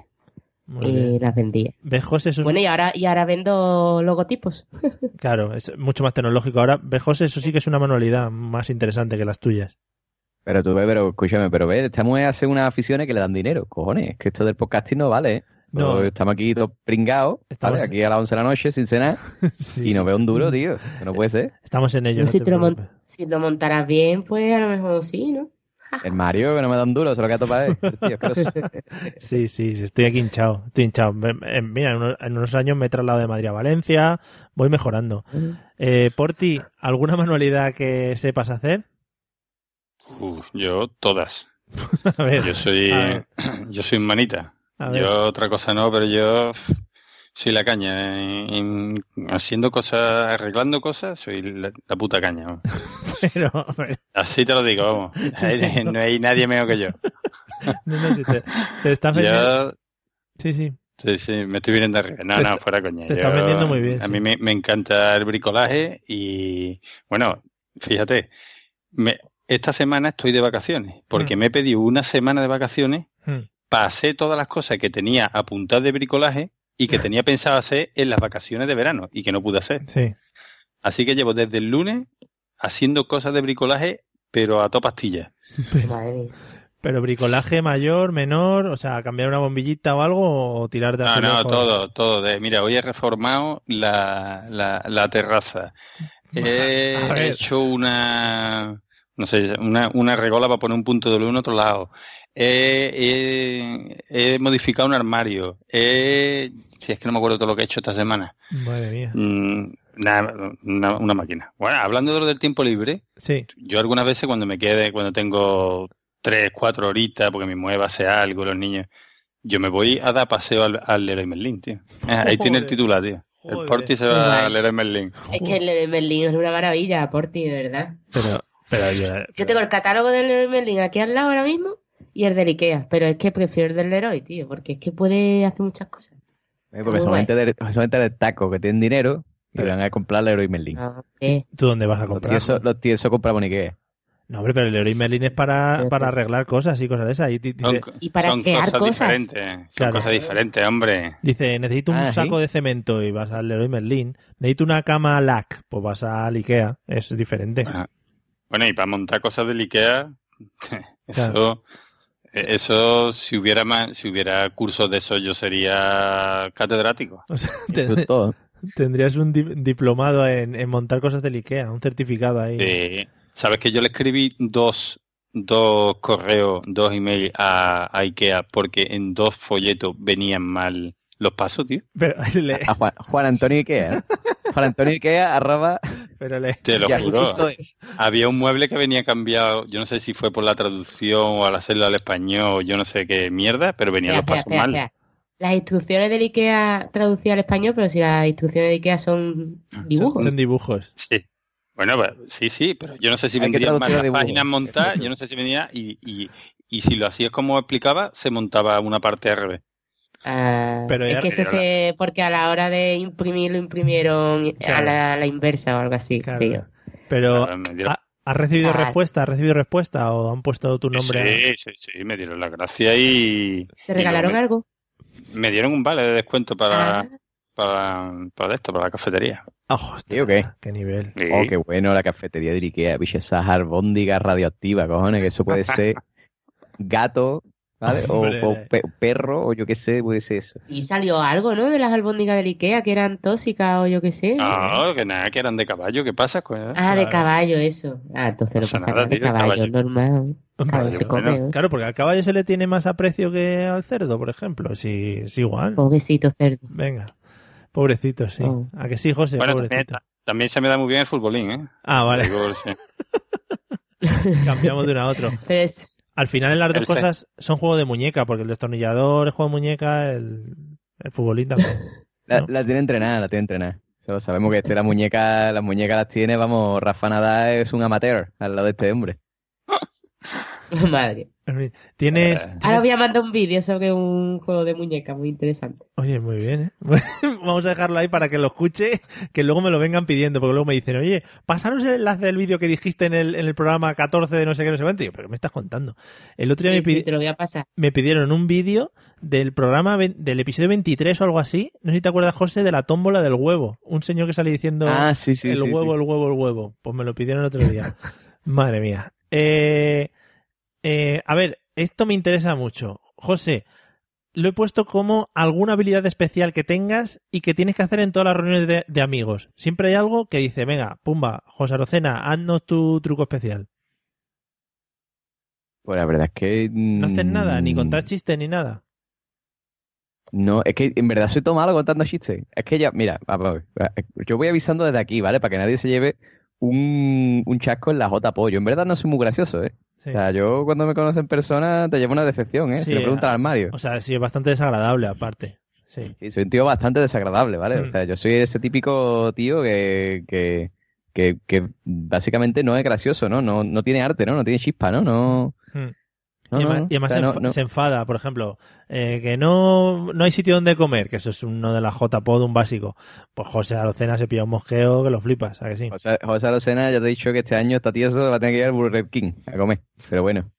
Speaker 3: Muy
Speaker 5: y
Speaker 3: bien.
Speaker 5: las vendía.
Speaker 3: Bejos es un-
Speaker 5: eh, Bueno, y ahora, y ahora vendo logotipos.
Speaker 3: Pues Claro, es mucho más tecnológico. Ahora, Bejos, eso sí que es una manualidad más interesante que las tuyas.
Speaker 8: Pero tú ve, pero escúchame, pero ve, esta mujer hace unas aficiones que le dan dinero, cojones. Es que esto del podcasting no vale, ¿eh?
Speaker 3: No.
Speaker 8: Todos Estamos aquí todos pringados,
Speaker 3: Estamos-
Speaker 8: ¿vale? Aquí a las 11 de la noche sin cenar y no veo un duro, tío. Que no puede ser.
Speaker 3: Estamos en ello.
Speaker 5: si,
Speaker 3: no
Speaker 5: te
Speaker 3: te
Speaker 5: lo mon-
Speaker 3: preocupes.
Speaker 5: si lo montaras bien, pues a lo mejor sí, ¿no?
Speaker 8: El Mario, que no me da un duro, se lo queda para él. Tío, asqueroso.
Speaker 3: Sí, sí, sí, estoy aquí hinchado. Estoy hinchado. Me- me- Mira, en unos, en unos años me he trasladado de Madrid a Valencia, voy mejorando. Eh, Porti, ¿alguna manualidad que sepas hacer?
Speaker 4: Uf, yo todas.
Speaker 3: A ver,
Speaker 4: Yo soy,
Speaker 3: a ver.
Speaker 4: yo soy un manita.
Speaker 3: A ver.
Speaker 4: Yo otra cosa no, pero yo f- soy la caña. ¿eh? En- en- haciendo cosas, arreglando cosas, soy la, la puta caña. vamos.
Speaker 3: Pero, a ver,
Speaker 4: Así te lo digo, vamos.
Speaker 3: Sí, sí,
Speaker 4: no. hay nadie mejor que yo.
Speaker 3: no, no, si te, te estás vendiendo.
Speaker 4: Yo,
Speaker 3: Sí, sí.
Speaker 4: sí, sí, me estoy viniendo arriba. No,
Speaker 3: Te
Speaker 4: no,
Speaker 3: está-
Speaker 4: fuera coña.
Speaker 3: te estás
Speaker 4: Yo-
Speaker 3: vendiendo muy bien,
Speaker 4: A
Speaker 3: sí.
Speaker 4: mí me, me encanta el bricolaje y, bueno, fíjate, me- esta semana estoy de vacaciones
Speaker 3: Mm.
Speaker 4: porque me he pedido una semana de vacaciones pasé todas las cosas que tenía apuntadas de bricolaje y que tenía pensado hacer en las vacaciones de verano y que no pude hacer.
Speaker 3: Sí.
Speaker 4: Así que llevo desde el lunes haciendo cosas de bricolaje, pero a toda pastilla.
Speaker 3: Pero bricolaje mayor, menor, o sea, cambiar una bombillita o algo o tirar de
Speaker 4: No, no,
Speaker 3: azulejo.
Speaker 4: todo, todo. De, mira, hoy he reformado la, la, la terraza. He
Speaker 3: A ver.
Speaker 4: hecho una, no sé, una, una regola para poner un punto de luz en otro lado. He, he- he modificado un armario. He, si es que no me acuerdo todo lo que he hecho esta semana.
Speaker 3: Madre mía.
Speaker 4: Mm, nada, una, una máquina. Bueno, hablando de lo del tiempo libre,
Speaker 3: Sí.
Speaker 4: yo algunas veces cuando me quede, cuando tengo tres, cuatro horitas, porque mi mujer va a hacer algo, los niños, yo me voy a dar paseo al, al Leroy Merlin, tío. Ah, Ahí tiene el
Speaker 5: Joder.
Speaker 4: titular, tío. El
Speaker 5: Joder.
Speaker 4: Porti se va al Leroy Merlin.
Speaker 5: Es que el de Merlin es una maravilla, Porti, de verdad.
Speaker 3: Pero, pero yo,
Speaker 5: Yo tengo el catálogo del Leroy Merlin aquí al lado ahora mismo y el del Ikea, pero es que prefiero el del Leroy, tío, porque es que puede hacer muchas cosas.
Speaker 8: Eh, Porque son gente, de, son gente de taco que tienen dinero y van a comprar Leroy Merlin.
Speaker 4: Ah,
Speaker 5: Eh,
Speaker 3: ¿Tú dónde vas a
Speaker 8: Los
Speaker 3: Ah, comprar?
Speaker 8: tiesos, los tiesos compraban Ikea.
Speaker 3: No, hombre, pero el Leroy Merlin es para, para arreglar cosas y cosas de esas. Y, di- dice,
Speaker 5: Y para
Speaker 4: Son
Speaker 5: crear
Speaker 4: cosas
Speaker 5: cosas.
Speaker 4: diferentes, son
Speaker 3: Claro.
Speaker 4: cosas diferentes, hombre.
Speaker 3: dice, necesito un
Speaker 4: Ah, ¿sí?
Speaker 3: saco de cemento y vas al Leroy Merlin. Necesito una cama LAC, pues vas al Ikea. Es diferente.
Speaker 4: Ah, Bueno, y para montar cosas del IKEA, eso,
Speaker 3: Claro.
Speaker 4: eh, eso si hubiera más, si hubiera cursos de eso, yo sería catedrático.
Speaker 3: O sea, te- tendrías un di- diplomado en, en montar cosas del Ikea, un certificado ahí.
Speaker 4: Sí. Eh, Sabes que yo le escribí dos, dos correos, dos emails a, a IKEA porque en dos folletos venían mal los pasos, tío.
Speaker 3: Pero le,
Speaker 8: A Juan, Juan Antonio Ikea. ¿eh? Juan Antonio Ikea, arroba.
Speaker 3: pero le-
Speaker 4: Te lo
Speaker 8: yahoo
Speaker 4: juro.
Speaker 8: punto es.
Speaker 4: Había un mueble que venía cambiado, yo no sé si fue por la traducción o al hacerlo al español, yo no sé qué mierda, pero venían
Speaker 5: Espera,
Speaker 4: los
Speaker 5: espera,
Speaker 4: pasos
Speaker 5: espera,
Speaker 4: mal.
Speaker 5: espera. Las instrucciones del Ikea traducidas al español, pero si las instrucciones de Ikea son dibujos.
Speaker 3: Son, son dibujos.
Speaker 4: Ah, Sí. Bueno, pues, sí, sí, pero yo no sé si
Speaker 3: Hay que
Speaker 4: vendría
Speaker 3: traducir
Speaker 4: más
Speaker 3: a
Speaker 4: las
Speaker 3: dibujo.
Speaker 4: páginas montadas, yo no sé si venía y, y, y si lo hacías como explicaba, se montaba una parte al revés.
Speaker 5: Ah,
Speaker 4: Pero
Speaker 5: es
Speaker 4: ya-
Speaker 5: que eso se, porque a la hora de imprimir lo imprimieron a,
Speaker 3: Claro.
Speaker 5: la, a la inversa o algo así. tío.
Speaker 3: Pero,
Speaker 4: Claro, Ah, me dieron-
Speaker 3: ¿ha- ¿has recibido
Speaker 5: Claro.
Speaker 3: respuesta? ¿Has recibido respuesta o han puesto tu nombre? a-
Speaker 4: Sí, sí, sí, me dieron la gracia y...
Speaker 5: ¿Te
Speaker 4: y
Speaker 5: regalaron
Speaker 4: luego me- Ah.
Speaker 5: algo? Ah,
Speaker 4: Me dieron un vale de descuento para, para, para esto, para la cafetería.
Speaker 3: Ah, hostia,
Speaker 8: ¿Sí o qué?
Speaker 3: qué nivel.
Speaker 8: Oh, qué bueno la cafetería de Ikea. Bicho, esas albóndigas radioactivas, cojones, que eso puede ser gato, ¿vale? O,
Speaker 5: Hombre.
Speaker 8: o pe- perro, o yo qué sé, puede ser eso.
Speaker 5: Y salió algo, ¿no? De las albóndigas del Ikea, que eran tóxicas o yo qué sé.
Speaker 4: No, Ah, oh, que nada, que eran de caballo, ¿qué pasa? Pues, coño?
Speaker 5: Ah, de caballo, eso. Ah, entonces no
Speaker 4: pasa
Speaker 5: pasa
Speaker 4: nada,
Speaker 5: nada, de
Speaker 4: tío, el
Speaker 5: caballo,
Speaker 4: caballo.
Speaker 5: normal. Caballo se come,
Speaker 3: Bueno,
Speaker 5: ¿eh?
Speaker 3: Claro, porque al caballo se le tiene más aprecio que al cerdo, por ejemplo. Si es igual.
Speaker 5: Pobrecito cerdo.
Speaker 3: Venga. Pobrecito, sí. ¿A que sí, José?
Speaker 4: Bueno, también,
Speaker 3: Pobrecito.
Speaker 4: también se me da muy bien el futbolín, ¿eh?
Speaker 3: Ah, vale.
Speaker 4: Digo, sí.
Speaker 3: Cambiamos de uno a otro.
Speaker 5: Pero es,
Speaker 3: Al final, las dos
Speaker 4: El se-
Speaker 3: cosas son juego de muñeca, porque el destornillador es juego de muñeca, el, el futbolín también.
Speaker 8: La, la tiene entrenada, la tiene entrenada. Solo sabemos que este, la muñeca, las muñecas las tiene, vamos, Rafa Nadal es un amateur al lado de este hombre.
Speaker 5: Madre.
Speaker 3: Tienes,
Speaker 5: Ahora voy a mandar un vídeo sobre un juego de muñeca muy interesante.
Speaker 3: Oye, muy bien, ¿eh? Vamos a dejarlo ahí para que lo escuche, que luego me lo vengan pidiendo, porque luego me dicen, oye, pasaros el enlace del vídeo que dijiste en el, en el programa 14 de no sé qué, no sé cuánto. Y yo, pero ¿qué me estás contando? El otro día
Speaker 5: Sí,
Speaker 3: me, pidi-
Speaker 5: sí, te lo voy a pasar.
Speaker 3: me pidieron un vídeo del programa, ve- del episodio 23 o algo así. No sé si te acuerdas, José, de la tómbola del huevo. Un señor que sale diciendo,
Speaker 8: Ah, sí, sí,
Speaker 3: el
Speaker 8: sí,
Speaker 3: huevo,
Speaker 8: sí.
Speaker 3: el huevo, el huevo. Pues me lo pidieron el otro día. Madre mía. Eh, eh, a ver, esto me interesa mucho. José, lo he puesto como alguna habilidad especial que tengas y que tienes que hacer en todas las reuniones de, de amigos. Siempre hay algo que dice, venga, pumba, José Arocena, haznos tu truco especial.
Speaker 8: Pues la verdad es que.
Speaker 3: No haces nada,
Speaker 8: Mm.
Speaker 3: ni contar chistes ni nada.
Speaker 8: No, es que en verdad soy todo malo contando chistes. Es que ya, mira, va, va, va, yo voy avisando desde aquí, ¿vale? Para que nadie se lleve un, un chasco en la J pollo. En verdad no soy muy gracioso, ¿eh? O sea, yo cuando me conocen en persona te llevo una decepción, ¿eh?
Speaker 3: Sí,
Speaker 8: se le preguntan
Speaker 3: a-
Speaker 8: al Mario.
Speaker 3: O sea, sí, es bastante desagradable aparte. Sí.
Speaker 8: Sí, soy un tío bastante desagradable, ¿vale?
Speaker 3: Mm.
Speaker 8: O sea, yo soy ese típico tío que, que, que, que básicamente no es gracioso, ¿no? ¿no? No tiene arte, ¿no? No tiene chispa, ¿no? No.
Speaker 3: Hmm.
Speaker 8: No,
Speaker 3: y
Speaker 8: no,
Speaker 3: además,
Speaker 8: no.
Speaker 3: y además
Speaker 8: O sea,
Speaker 3: se,
Speaker 8: no,
Speaker 3: enfa-
Speaker 8: no.
Speaker 3: se enfada, por ejemplo, eh, que no, no hay sitio donde comer, que eso es uno de las J-Pod, un básico. Pues José Arocena se pilla un mosqueo que lo flipas, ¿a que sí?
Speaker 8: José, José Arocena, ya te he dicho que este año está tieso, va a tener que ir al Burger King a comer. Pero bueno.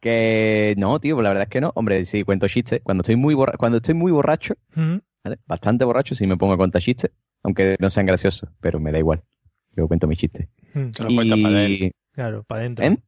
Speaker 8: Que no, tío, pues la verdad es que no. Hombre, sí, cuento chistes. Cuando estoy muy, borra- cuando estoy muy borracho,
Speaker 3: Mm.
Speaker 8: ¿vale? Bastante borracho, sí me pongo a contar chistes, aunque no sean graciosos, pero me da igual. Yo cuento mis chistes.
Speaker 3: Mm.
Speaker 4: Se los cuenta para él.
Speaker 3: Claro, para adentro.
Speaker 8: ¿Eh?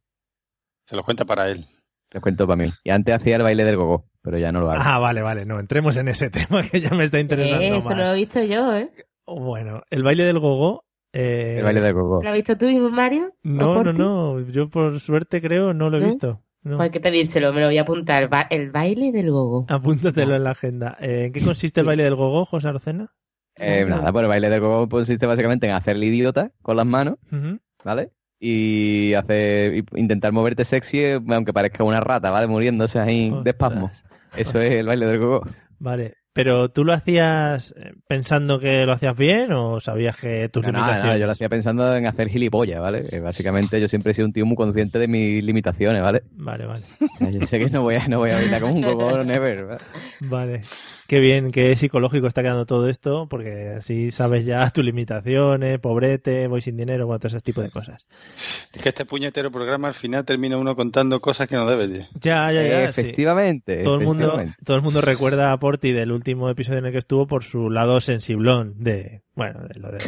Speaker 4: Se los cuenta para él.
Speaker 8: Los cuento para mí. Y antes hacía el baile del gogo, pero ya no lo hago.
Speaker 3: Ah, vale, vale, no, entremos en ese tema que ya me está interesando
Speaker 5: Eh,
Speaker 3: más.
Speaker 5: eso lo he visto yo, ¿eh?
Speaker 3: Bueno, el baile del gogo. eh,
Speaker 8: el baile del gogo.
Speaker 5: ¿Lo has visto tú, Mario? ¿O
Speaker 3: No, no,
Speaker 5: Porti?
Speaker 3: no, yo por suerte creo no lo he
Speaker 5: ¿No?
Speaker 3: visto. No.
Speaker 5: Pues hay que pedírselo, me lo voy a apuntar. Va- el baile del
Speaker 3: Ah,
Speaker 5: gogo.
Speaker 3: Apúntatelo en la agenda. Eh, ¿En qué consiste el baile del gogo, José Arocena?
Speaker 8: Eh, nada, pues el baile del gogo consiste básicamente en hacer el idiota con las manos,
Speaker 3: Ujú.
Speaker 8: ¿vale? Y hacer, y intentar moverte sexy, eh, aunque parezca una rata, ¿vale? Muriéndose ahí de espasmo. Eso es el baile del gogo.
Speaker 3: Vale, pero ¿tú lo hacías eh, pensando que lo hacías bien o sabías que tus
Speaker 8: No, no,
Speaker 3: limitaciones?
Speaker 8: no, yo lo hacía pensando en hacer gilipollas, ¿vale? Que básicamente yo siempre he sido un tío muy consciente de mis limitaciones, ¿vale?
Speaker 3: Vale, vale.
Speaker 8: Yo sé que no voy a, no voy a bailar como un gogo never, ¿vale?
Speaker 3: Vale. Qué bien, qué psicológico está quedando todo esto, porque así sabes ya tus limitaciones, pobrete, voy sin dinero, bueno, todo ese tipo de cosas.
Speaker 4: Es que este puñetero programa al final termina uno contando cosas que no debe. tío.
Speaker 3: Ya, ya, ya. sí.
Speaker 8: Eh, Efectivamente.
Speaker 3: Todo el, mundo,
Speaker 8: efectivamente.
Speaker 3: todo el mundo recuerda a Porti del último episodio en el que estuvo por su lado sensiblón de, bueno, de lo de,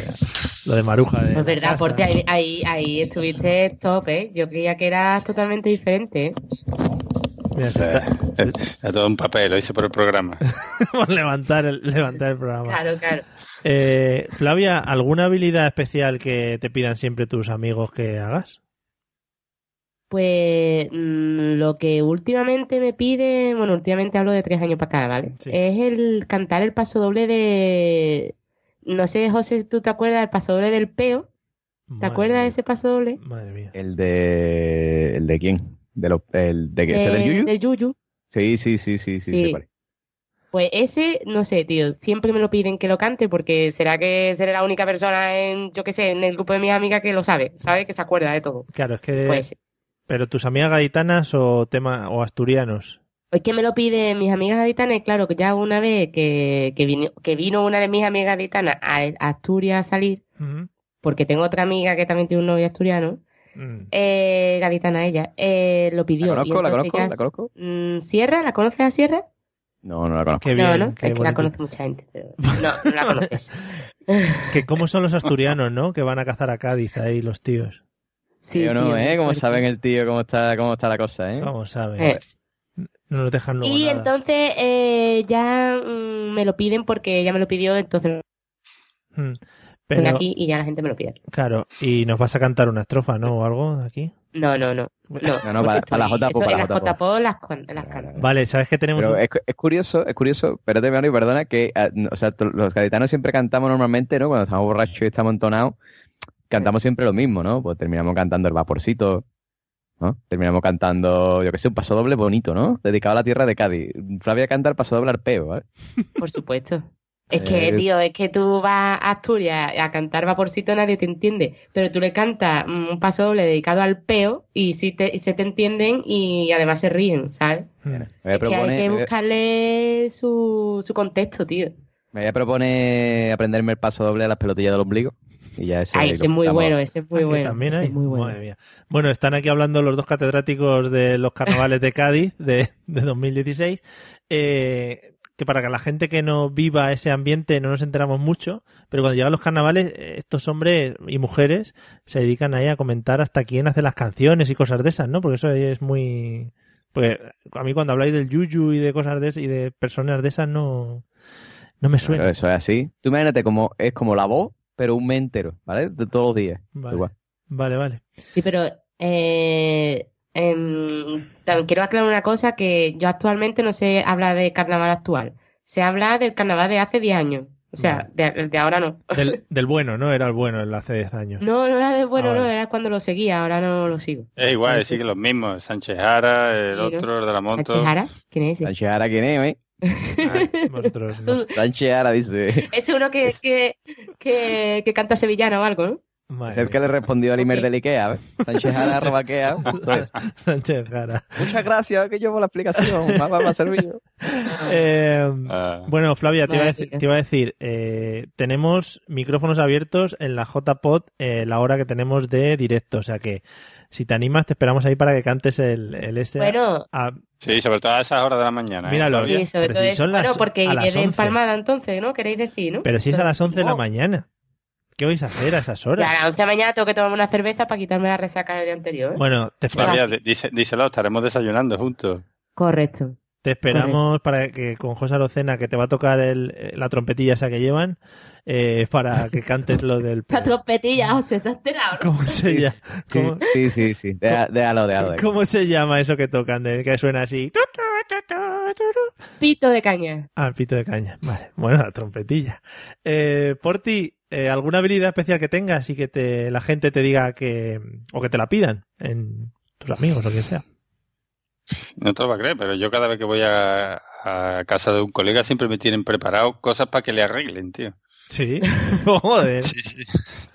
Speaker 3: lo de Maruja. De
Speaker 5: Pues
Speaker 3: la
Speaker 5: verdad,
Speaker 3: casa.
Speaker 5: porque ahí, ahí, ahí estuviste top, ¿eh? Yo creía que eras totalmente diferente. ¿eh?
Speaker 3: Mira, se está-
Speaker 4: A todo un papel, lo hice por el programa.
Speaker 3: por levantar el, levantar el programa.
Speaker 5: Claro, claro.
Speaker 3: Eh, Flavia, ¿alguna habilidad especial que te pidan siempre tus amigos que hagas?
Speaker 5: Pues mm, lo que últimamente me pide, bueno, últimamente hablo de tres años para acá, ¿vale? Es el cantar el paso doble de, no sé, José, ¿tú te acuerdas del paso doble del peo? ¿Te acuerdas de ese paso doble?
Speaker 8: El de. ¿El de quién? De lo, el de, ¿Ese del
Speaker 5: Eh,
Speaker 8: Yuyu?
Speaker 5: del Yuyu.
Speaker 8: Sí, sí, sí, sí, sí,
Speaker 5: Sí.
Speaker 8: sí, cuál es.
Speaker 5: Pues ese, no sé, tío, siempre me lo piden que lo cante porque será que seré la única persona en, yo qué sé, en el grupo de mis amigas que lo sabe, sabe que se acuerda de todo.
Speaker 3: Claro, es que.
Speaker 5: Pues-
Speaker 3: pero tus amigas gaitanas o tema o asturianos.
Speaker 5: Es que me lo piden mis amigas gaditanas, y claro, que ya una vez que, que, vino, que vino una de mis amigas gaditanas a, a Asturias a salir, porque tengo otra amiga que también tiene un novio asturiano,
Speaker 3: Mm.
Speaker 5: eh, gaditana ella, eh, lo pidió. y
Speaker 8: conozco, la
Speaker 5: entonces
Speaker 8: conozco,
Speaker 5: ya
Speaker 8: la
Speaker 5: s-
Speaker 8: conozco.
Speaker 5: mm, ¿Sierra? ¿La conoces a Sierra?
Speaker 8: No, no la conozco.
Speaker 3: Qué
Speaker 5: no,
Speaker 3: bien,
Speaker 5: no,
Speaker 3: qué
Speaker 5: es que la
Speaker 3: bonito.
Speaker 5: conoce mucha gente, pero no, no la conoces.
Speaker 3: Que cómo son los asturianos, ¿no? Que van a cazar a Cádiz ahí los tíos.
Speaker 8: Sí, o no, ¿eh? Como saben el tío cómo está, cómo está la cosa, ¿eh?
Speaker 3: Cómo saben.
Speaker 5: Eh.
Speaker 3: No nos dejan luego
Speaker 5: Y
Speaker 3: nada.
Speaker 5: entonces eh, ya mm, me lo piden porque ella me lo pidió, entonces
Speaker 3: Mm.
Speaker 5: ven
Speaker 3: Pero,
Speaker 5: aquí y ya la gente me lo pide.
Speaker 3: claro, y nos vas a cantar una estrofa, ¿no? O algo
Speaker 8: Eh.
Speaker 3: aquí.
Speaker 5: No, no, no. No,
Speaker 8: No, no, para, para la J
Speaker 5: Eso
Speaker 8: para
Speaker 5: en
Speaker 8: la
Speaker 5: las
Speaker 8: J
Speaker 5: JPO las, con- las canto.
Speaker 3: Vale, sabes que tenemos.
Speaker 8: Pero
Speaker 3: un-
Speaker 8: es, cu- es curioso, es curioso, espérate, Mario, perdona, que ah, no, o sea, to- los gaditanos siempre cantamos normalmente, ¿no? Cuando estamos borrachos y estamos entonados, cantamos siempre lo mismo, ¿no? Pues terminamos cantando el vaporcito, ¿no? Terminamos cantando, yo qué sé, un paso doble bonito, ¿no? Dedicado a la tierra de Cádiz. Flavia canta el paso doble arpeo, ¿eh?
Speaker 5: Por supuesto. Es que, tío, es que tú vas a Asturias a cantar vaporcito, nadie te entiende. Pero tú le cantas mm, un paso doble dedicado al peo y sí te, se te entienden y además se ríen, ¿sabes?
Speaker 8: Me eh, voy a
Speaker 5: Que hay que
Speaker 8: proponer, me voy a-
Speaker 5: buscarle su, su contexto, tío.
Speaker 8: me voy a proponer aprenderme el paso doble a las pelotillas del ombligo. Y ya ese,
Speaker 5: Ay, Ah, ese es muy
Speaker 8: estamos-
Speaker 5: bueno, eh. ese es
Speaker 3: Ah,
Speaker 5: muy
Speaker 3: que
Speaker 5: bueno.
Speaker 3: También
Speaker 5: ese
Speaker 3: hay.
Speaker 5: es muy bueno.
Speaker 3: Madre mía. Bueno, están aquí hablando los dos catedráticos de los carnavales de Cádiz de, de 2016. eh, que para que la gente que no viva ese ambiente no nos enteramos mucho, pero cuando llegan los carnavales, eh, estos hombres y mujeres se dedican ahí a comentar hasta quién hace las canciones y cosas de esas, ¿no? Porque eso es muy. Pues a mí cuando habláis del yuyu y de cosas de esas y de personas de esas no, no me suena.
Speaker 8: Claro, eso es así. Tú imagínate como es como la voz, pero un mes entero, ¿vale? De todos los días.
Speaker 3: Vale.
Speaker 8: Igual.
Speaker 3: Vale, vale.
Speaker 5: Sí, pero eh, em, también quiero aclarar una cosa que yo actualmente no se habla de carnaval actual. Se habla del carnaval de hace 10 años. O sea, de, de ahora no.
Speaker 3: Del, del bueno, ¿no? Era el bueno el hace 10 años.
Speaker 5: No, no era de bueno,
Speaker 3: Ah,
Speaker 5: no,
Speaker 3: vale.
Speaker 5: era cuando lo seguía, ahora no lo sigo.
Speaker 4: Es igual, siguen los mismos. Sánchez Jara, el
Speaker 5: Sí, ¿no?
Speaker 4: otro, el de la moto.
Speaker 5: ¿Sánchez Jara? ¿Quién es ese?
Speaker 8: Sánchez Jara, ¿quién es, eh?
Speaker 3: Vosotros,
Speaker 5: no.
Speaker 8: Sánchez Jara dice.
Speaker 5: Es uno que, que, que, que canta sevillano o algo, ¿no?
Speaker 8: Es el que le respondió al email del Ikea, ¿ves? Sánchez Jara, arroba Ikea. Pues,
Speaker 3: Sánchez Gara.
Speaker 8: Muchas gracias, que yo por la explicación. Me ha- me ha servido.
Speaker 3: Eh,
Speaker 4: Ah,
Speaker 3: Bueno, Flavia, te iba a
Speaker 8: Madre
Speaker 3: decir,
Speaker 8: mía.
Speaker 3: te iba a decir, eh, tenemos micrófonos abiertos en la JPod eh, la hora que tenemos de directo, o sea que si te animas te esperamos ahí para que cantes el, el ese.
Speaker 5: Bueno.
Speaker 3: a-
Speaker 4: Sí, sobre todo a esas horas de la mañana. ¿eh?
Speaker 3: Míralo.
Speaker 5: Sí, sobre
Speaker 3: pero
Speaker 5: todo
Speaker 3: si
Speaker 5: eso.
Speaker 3: son las-
Speaker 5: Bueno, porque
Speaker 3: a las
Speaker 5: iré de
Speaker 3: 11.
Speaker 5: empalmada entonces, ¿no? Queréis decir, ¿no?
Speaker 3: pero si es a las 11 de la
Speaker 5: No.
Speaker 3: mañana, ¿qué vais a hacer a esas
Speaker 5: Y a
Speaker 3: horas?
Speaker 5: las 11 de la mañana tengo que tomarme una cerveza para quitarme la resaca del día anterior. ¿eh?
Speaker 3: Bueno, te
Speaker 4: Flavia,
Speaker 3: esperamos,
Speaker 4: di- dice- díselo, estaremos desayunando juntos.
Speaker 5: Correcto.
Speaker 3: te esperamos para que con José Arocena, que te va a tocar el- eh, la trompetilla esa que llevan, eh, para que cantes lo del...
Speaker 5: La trompetilla, o sea, te has enterado, ¿no?
Speaker 3: ¿Cómo se llama?
Speaker 8: Sí,
Speaker 3: ¿Cómo-
Speaker 8: sí, sí. sí. Deja- Déjalo, déjalo. déjalo.
Speaker 3: ¿Cómo se llama eso que tocan? de- Que suena así.
Speaker 5: Pito de caña.
Speaker 3: Ah, el pito de caña. Vale. Bueno, la trompetilla. Eh, Porti, eh, ¿alguna habilidad especial que tengas y que te, la gente te diga que. o que te la pidan en tus amigos o quien sea?
Speaker 4: No te lo vas a creer, pero yo cada vez que voy a, a casa de un colega siempre me tienen preparado cosas para que le arreglen, tío.
Speaker 3: Sí. Joder.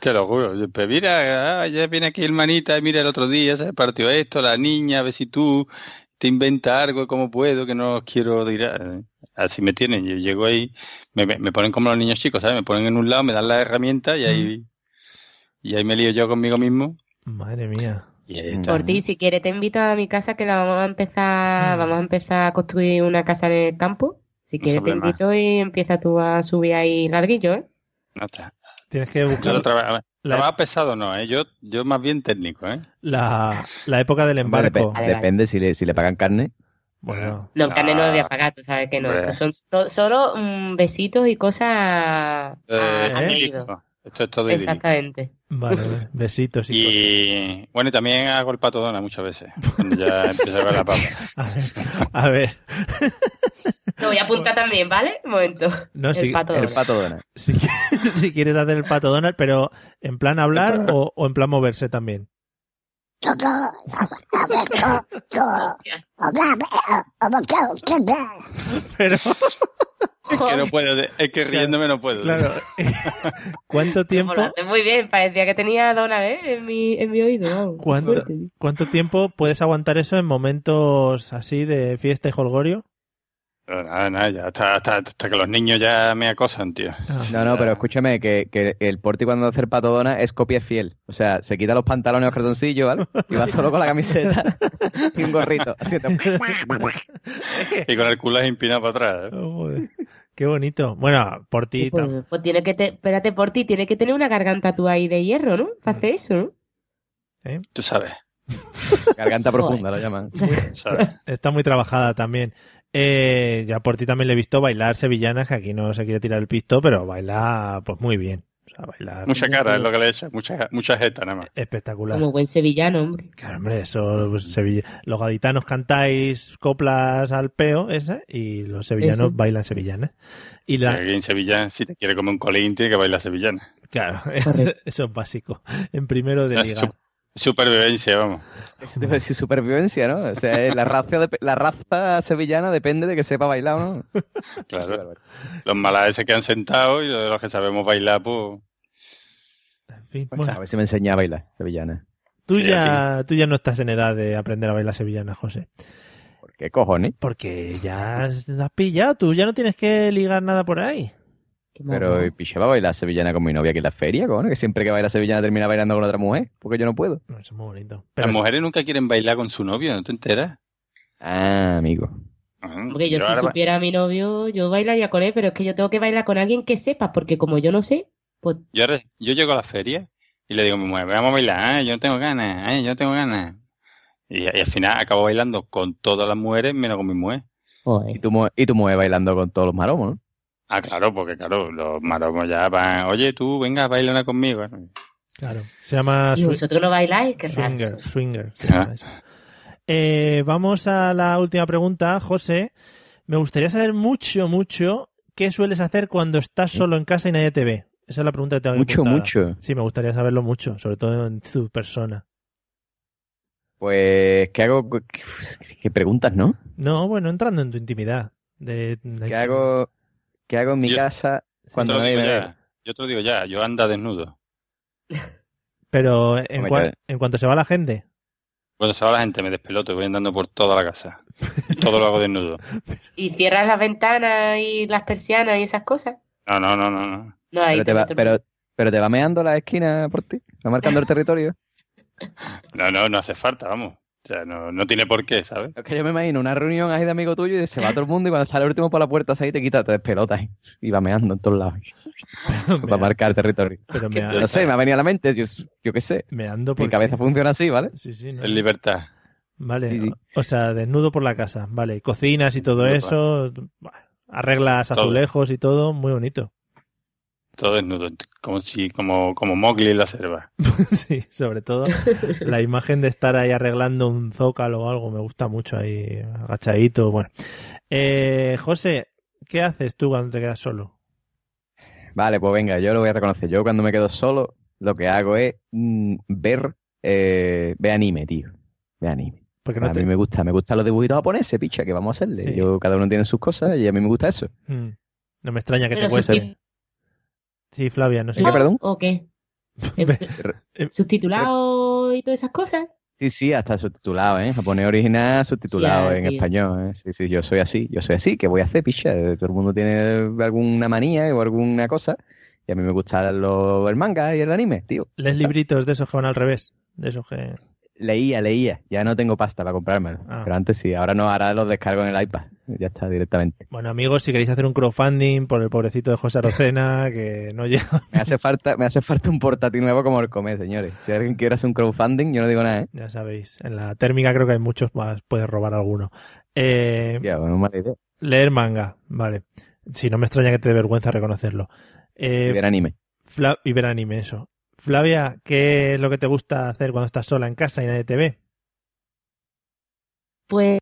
Speaker 4: Te lo juro. Yo, Pues mira, ah, ya viene aquí el manita, y mira el otro día se partió esto, la niña, a ver si tú te inventa algo como puedo, que no os quiero ir a- Así me tienen. Yo llego ahí, me, me- me ponen como los niños chicos, ¿sabes? Me ponen en un lado, me dan las herramientas y ahí, y ahí me lío yo conmigo mismo.
Speaker 3: Madre mía.
Speaker 4: Y ahí está.
Speaker 5: Por ti, si quieres, te invito a mi casa que la vamos a empezar, vamos a empezar a construir una casa en el campo. Si
Speaker 4: No
Speaker 5: quieres, te
Speaker 4: problema.
Speaker 5: invito y empieza tú a subir ahí larguillo, ¿eh?
Speaker 4: No está.
Speaker 3: Tienes que
Speaker 4: Yo
Speaker 3: buscar
Speaker 4: lo traba- a ver, trabajo pesado no, ¿eh? Yo, yo más bien técnico, ¿eh?
Speaker 3: la, la época del
Speaker 8: Hombre, depe-
Speaker 3: embarco.
Speaker 8: depende si le, si le pagan carne.
Speaker 3: Bueno.
Speaker 5: No, carne no lo voy
Speaker 4: Ah.
Speaker 5: a pagar, tú sabes que no.
Speaker 8: hombre.
Speaker 5: Estos son to- solo mm, besitos y cosas a,
Speaker 4: Eh,
Speaker 8: Ah,
Speaker 5: a
Speaker 4: idílico.
Speaker 5: pedido.
Speaker 4: Esto es todo idílico.
Speaker 5: Exactamente.
Speaker 3: Vale, vale. Besitos y.
Speaker 4: Y bueno, y también hago el pato dona muchas veces. cuando Ya empiezo a ver la papa.
Speaker 3: A ver.
Speaker 5: Lo voy a apuntar también, ¿vale? Un momento.
Speaker 3: No,
Speaker 5: el
Speaker 3: sí,
Speaker 5: pato
Speaker 8: El
Speaker 5: Donald.
Speaker 8: pato dona.
Speaker 3: Si, qui- si quieres hacer el pato Donald, pero en plan hablar o, o en plan moverse también. Pero.
Speaker 4: Es que no puedo, es que riéndome no puedo.
Speaker 3: Claro. ¿Cuánto tiempo,
Speaker 5: Lo haces muy bien, parecía que tenía Donald ¿eh? en, mi, en mi oído. vamos.
Speaker 3: cuánto, cuánto tiempo puedes aguantar eso en momentos así de fiesta y holgorio?
Speaker 4: Pero nada, nada, ya hasta, hasta- hasta que los niños ya me acosan, tío.
Speaker 3: Ah.
Speaker 8: No, no, pero escúchame, que, que el Porti cuando hace el patodona es copia fiel. O sea, se quita los pantalones, los cartoncillos, ¿vale? Y va solo con la camiseta y un gorrito. haciendo
Speaker 4: Y con el culo empinado para atrás. ¿eh?
Speaker 3: Oh, joder. Qué bonito. Bueno, por ti. tam-
Speaker 5: Pues tiene que, te- espérate, por ti, tiene que tener una garganta tú ahí de hierro, ¿no? Para
Speaker 3: Mm.
Speaker 5: hacer eso, ¿no?
Speaker 4: Tú sabes.
Speaker 8: Garganta profunda lo llaman.
Speaker 3: Está muy trabajada también. Eh, ya por ti también le he visto bailar sevillanas, que aquí no se quiere tirar el pisto, pero baila pues muy bien. O sea, bailar
Speaker 4: Mucha cara es lo que le he hecho. Mucha, mucha jeta nada más.
Speaker 3: espectacular.
Speaker 5: Como buen sevillano, hombre.
Speaker 3: Claro, hombre, eso, pues, Sevilla- los gaditanos cantáis coplas al peo esa y los sevillanos
Speaker 5: Eso.
Speaker 3: bailan sevillanas. Y la,
Speaker 4: Aquí en Sevilla, si te quiere comer un colín, tiene que bailar sevillana.
Speaker 3: claro, eso es básico. En primero de
Speaker 4: Ah,
Speaker 3: liga.
Speaker 4: sup- Supervivencia, vamos.
Speaker 8: Eso te iba a decir supervivencia, ¿no? O sea, eh, la raza, de- la raza sevillana depende de que sepa bailar, ¿no?
Speaker 4: Claro. Los malaes se quedan sentados y los que sabemos bailar, pues.
Speaker 8: A ver si me enseña a bailar sevillana.
Speaker 3: Tú ya, tú ya no estás en edad de aprender a bailar sevillana, José.
Speaker 8: ¿Por qué cojones?
Speaker 3: Porque ya has has pillado, tú ya no tienes que ligar nada por ahí.
Speaker 8: Pero ¿y Piche va a bailar sevillana con mi novia aquí en la feria, cojones, que siempre que baila sevillana termina bailando con otra mujer, porque yo no puedo.
Speaker 3: Eso es muy bonito.
Speaker 4: Las mujeres nunca quieren bailar con su novio, ¿no te enteras?
Speaker 8: Ah, amigo.
Speaker 5: Porque yo, si supiera a mi novio, yo bailaría con él, pero es que yo tengo que bailar con alguien que sepa, porque como yo no sé, pues
Speaker 4: Yo, ahora- yo llego a la feria y le digo a mi mujer, vamos a bailar, ah, yo no tengo ganas, ah, yo no tengo ganas. Y, y al final acabo bailando con todas las mujeres menos con mi mujer.
Speaker 8: Y tu, mu- y tu mujer bailando con todos los maromos, ¿no?
Speaker 4: Ah, claro, porque claro, los maromos ya van, oye tú, venga, baila una conmigo.
Speaker 3: Claro. Se llama.
Speaker 5: Y
Speaker 3: swi-
Speaker 5: vosotros no bailáis, qué raro
Speaker 3: Swinger.
Speaker 5: sois.
Speaker 3: Swinger. se llama eso. Eh, vamos a la última pregunta, José. Me gustaría saber mucho, mucho qué sueles hacer cuando estás solo en casa y nadie te ve. Esa es la pregunta que tengo aquí
Speaker 8: Mucho,
Speaker 3: apuntada.
Speaker 8: mucho.
Speaker 3: Sí, me gustaría saberlo mucho, sobre todo en tu persona.
Speaker 8: Pues, ¿qué hago? ¿Qué, qué preguntas, no?
Speaker 3: No, bueno, entrando en tu intimidad. De, de-
Speaker 8: ¿Qué hago, qué hago en mi casa cuando
Speaker 4: yo te
Speaker 8: nadie
Speaker 4: lo
Speaker 8: me
Speaker 4: digo
Speaker 8: ve?
Speaker 4: ya, yo te lo digo ya, yo anda desnudo.
Speaker 3: Pero en,
Speaker 4: Hombre,
Speaker 3: cua-
Speaker 4: claro.
Speaker 3: en cuanto se va la gente.
Speaker 4: Cuando se va la gente me despeloto, voy andando por toda la casa. Y todo lo hago desnudo.
Speaker 5: Y cierras las ventanas y las persianas y esas cosas.
Speaker 4: No, no, no, no. no.
Speaker 5: No, ahí te
Speaker 8: Pero te, va,
Speaker 5: meto-
Speaker 8: pero, pero te va meando la esquina por ti, va marcando el territorio.
Speaker 4: No, no, no hace falta, vamos. O sea, no, no tiene por qué, ¿sabes?
Speaker 8: Es que yo me imagino una reunión ahí de amigo tuyo y se va todo el mundo y cuando sale el último por la puerta ahí te quita tres pelotas ahí, y va meando en todos lados. para marcar el territorio.
Speaker 3: Pero me-
Speaker 8: no sé, me ha venido a la mente, yo, yo qué sé.
Speaker 3: Meando
Speaker 8: Mi
Speaker 3: porque-
Speaker 8: cabeza funciona así, ¿vale?
Speaker 3: Sí, sí, no.
Speaker 4: En libertad.
Speaker 3: Vale,
Speaker 8: Sí, sí.
Speaker 3: o sea, desnudo por la casa, vale, cocinas y todo
Speaker 4: Desnudo
Speaker 3: eso, bueno, arreglas
Speaker 4: Todo.
Speaker 3: azulejos y todo, muy bonito.
Speaker 4: Todo desnudo, como si, como, como Mowgli en la selva.
Speaker 3: sí, sobre todo la imagen de estar ahí arreglando un zócalo o algo, me gusta mucho ahí agachadito, bueno. Eh, José, ¿qué haces tú cuando te quedas solo?
Speaker 8: Vale, pues venga, yo lo voy a reconocer. Yo cuando me quedo solo, lo que hago es mm, ver, eh, ve anime, tío. Ve anime.
Speaker 3: Porque
Speaker 8: a
Speaker 3: no te...
Speaker 8: mí me gusta, me gustan los dibujitos japoneses, picha, que vamos a hacerle.
Speaker 3: Sí.
Speaker 8: Yo, cada uno tiene sus cosas y a mí me gusta eso.
Speaker 3: Mm, no me extraña que
Speaker 5: Pero
Speaker 3: te cueste.
Speaker 5: susti-
Speaker 3: Sí, Flavia, no sé.
Speaker 8: ¿El qué, perdón?
Speaker 5: ¿O qué? Eh, ¿Subtitulado y todas esas cosas?
Speaker 8: Sí, sí, hasta subtitulado, ¿eh? Japonés original, subtitulado
Speaker 5: Ya,
Speaker 8: en
Speaker 5: tío.
Speaker 8: español, ¿eh? Sí, sí, yo soy así, yo soy así, ¿qué voy a hacer, picha? Todo el mundo tiene alguna manía o alguna cosa y a mí me gusta lo- el manga y el anime, tío.
Speaker 3: ¿Lees libritos de esos que van al revés? De esos que...
Speaker 8: Leía, leía, ya no tengo pasta para comprármelo,
Speaker 3: Ah.
Speaker 8: pero antes sí, ahora no, ahora los descargo en el iPad, ya está, directamente.
Speaker 3: Bueno, amigos, si queréis hacer un crowdfunding por el pobrecito de José Arocena, que no llega...
Speaker 8: Me hace falta, me hace falta un portátil nuevo como el Comé, señores. Si alguien quiere hacer un crowdfunding, yo no digo nada, ¿eh?
Speaker 3: Ya sabéis, en la térmica creo que hay muchos más, puedes robar alguno. Eh,
Speaker 8: Ya, bueno, mala idea.
Speaker 3: Leer manga, vale. Si no me extraña que te dé vergüenza reconocerlo. Eh,
Speaker 8: Y ver anime.
Speaker 3: Fla- y ver anime, eso. Flavia, ¿qué es lo que te gusta hacer cuando estás sola en casa y nadie te ve?
Speaker 5: Pues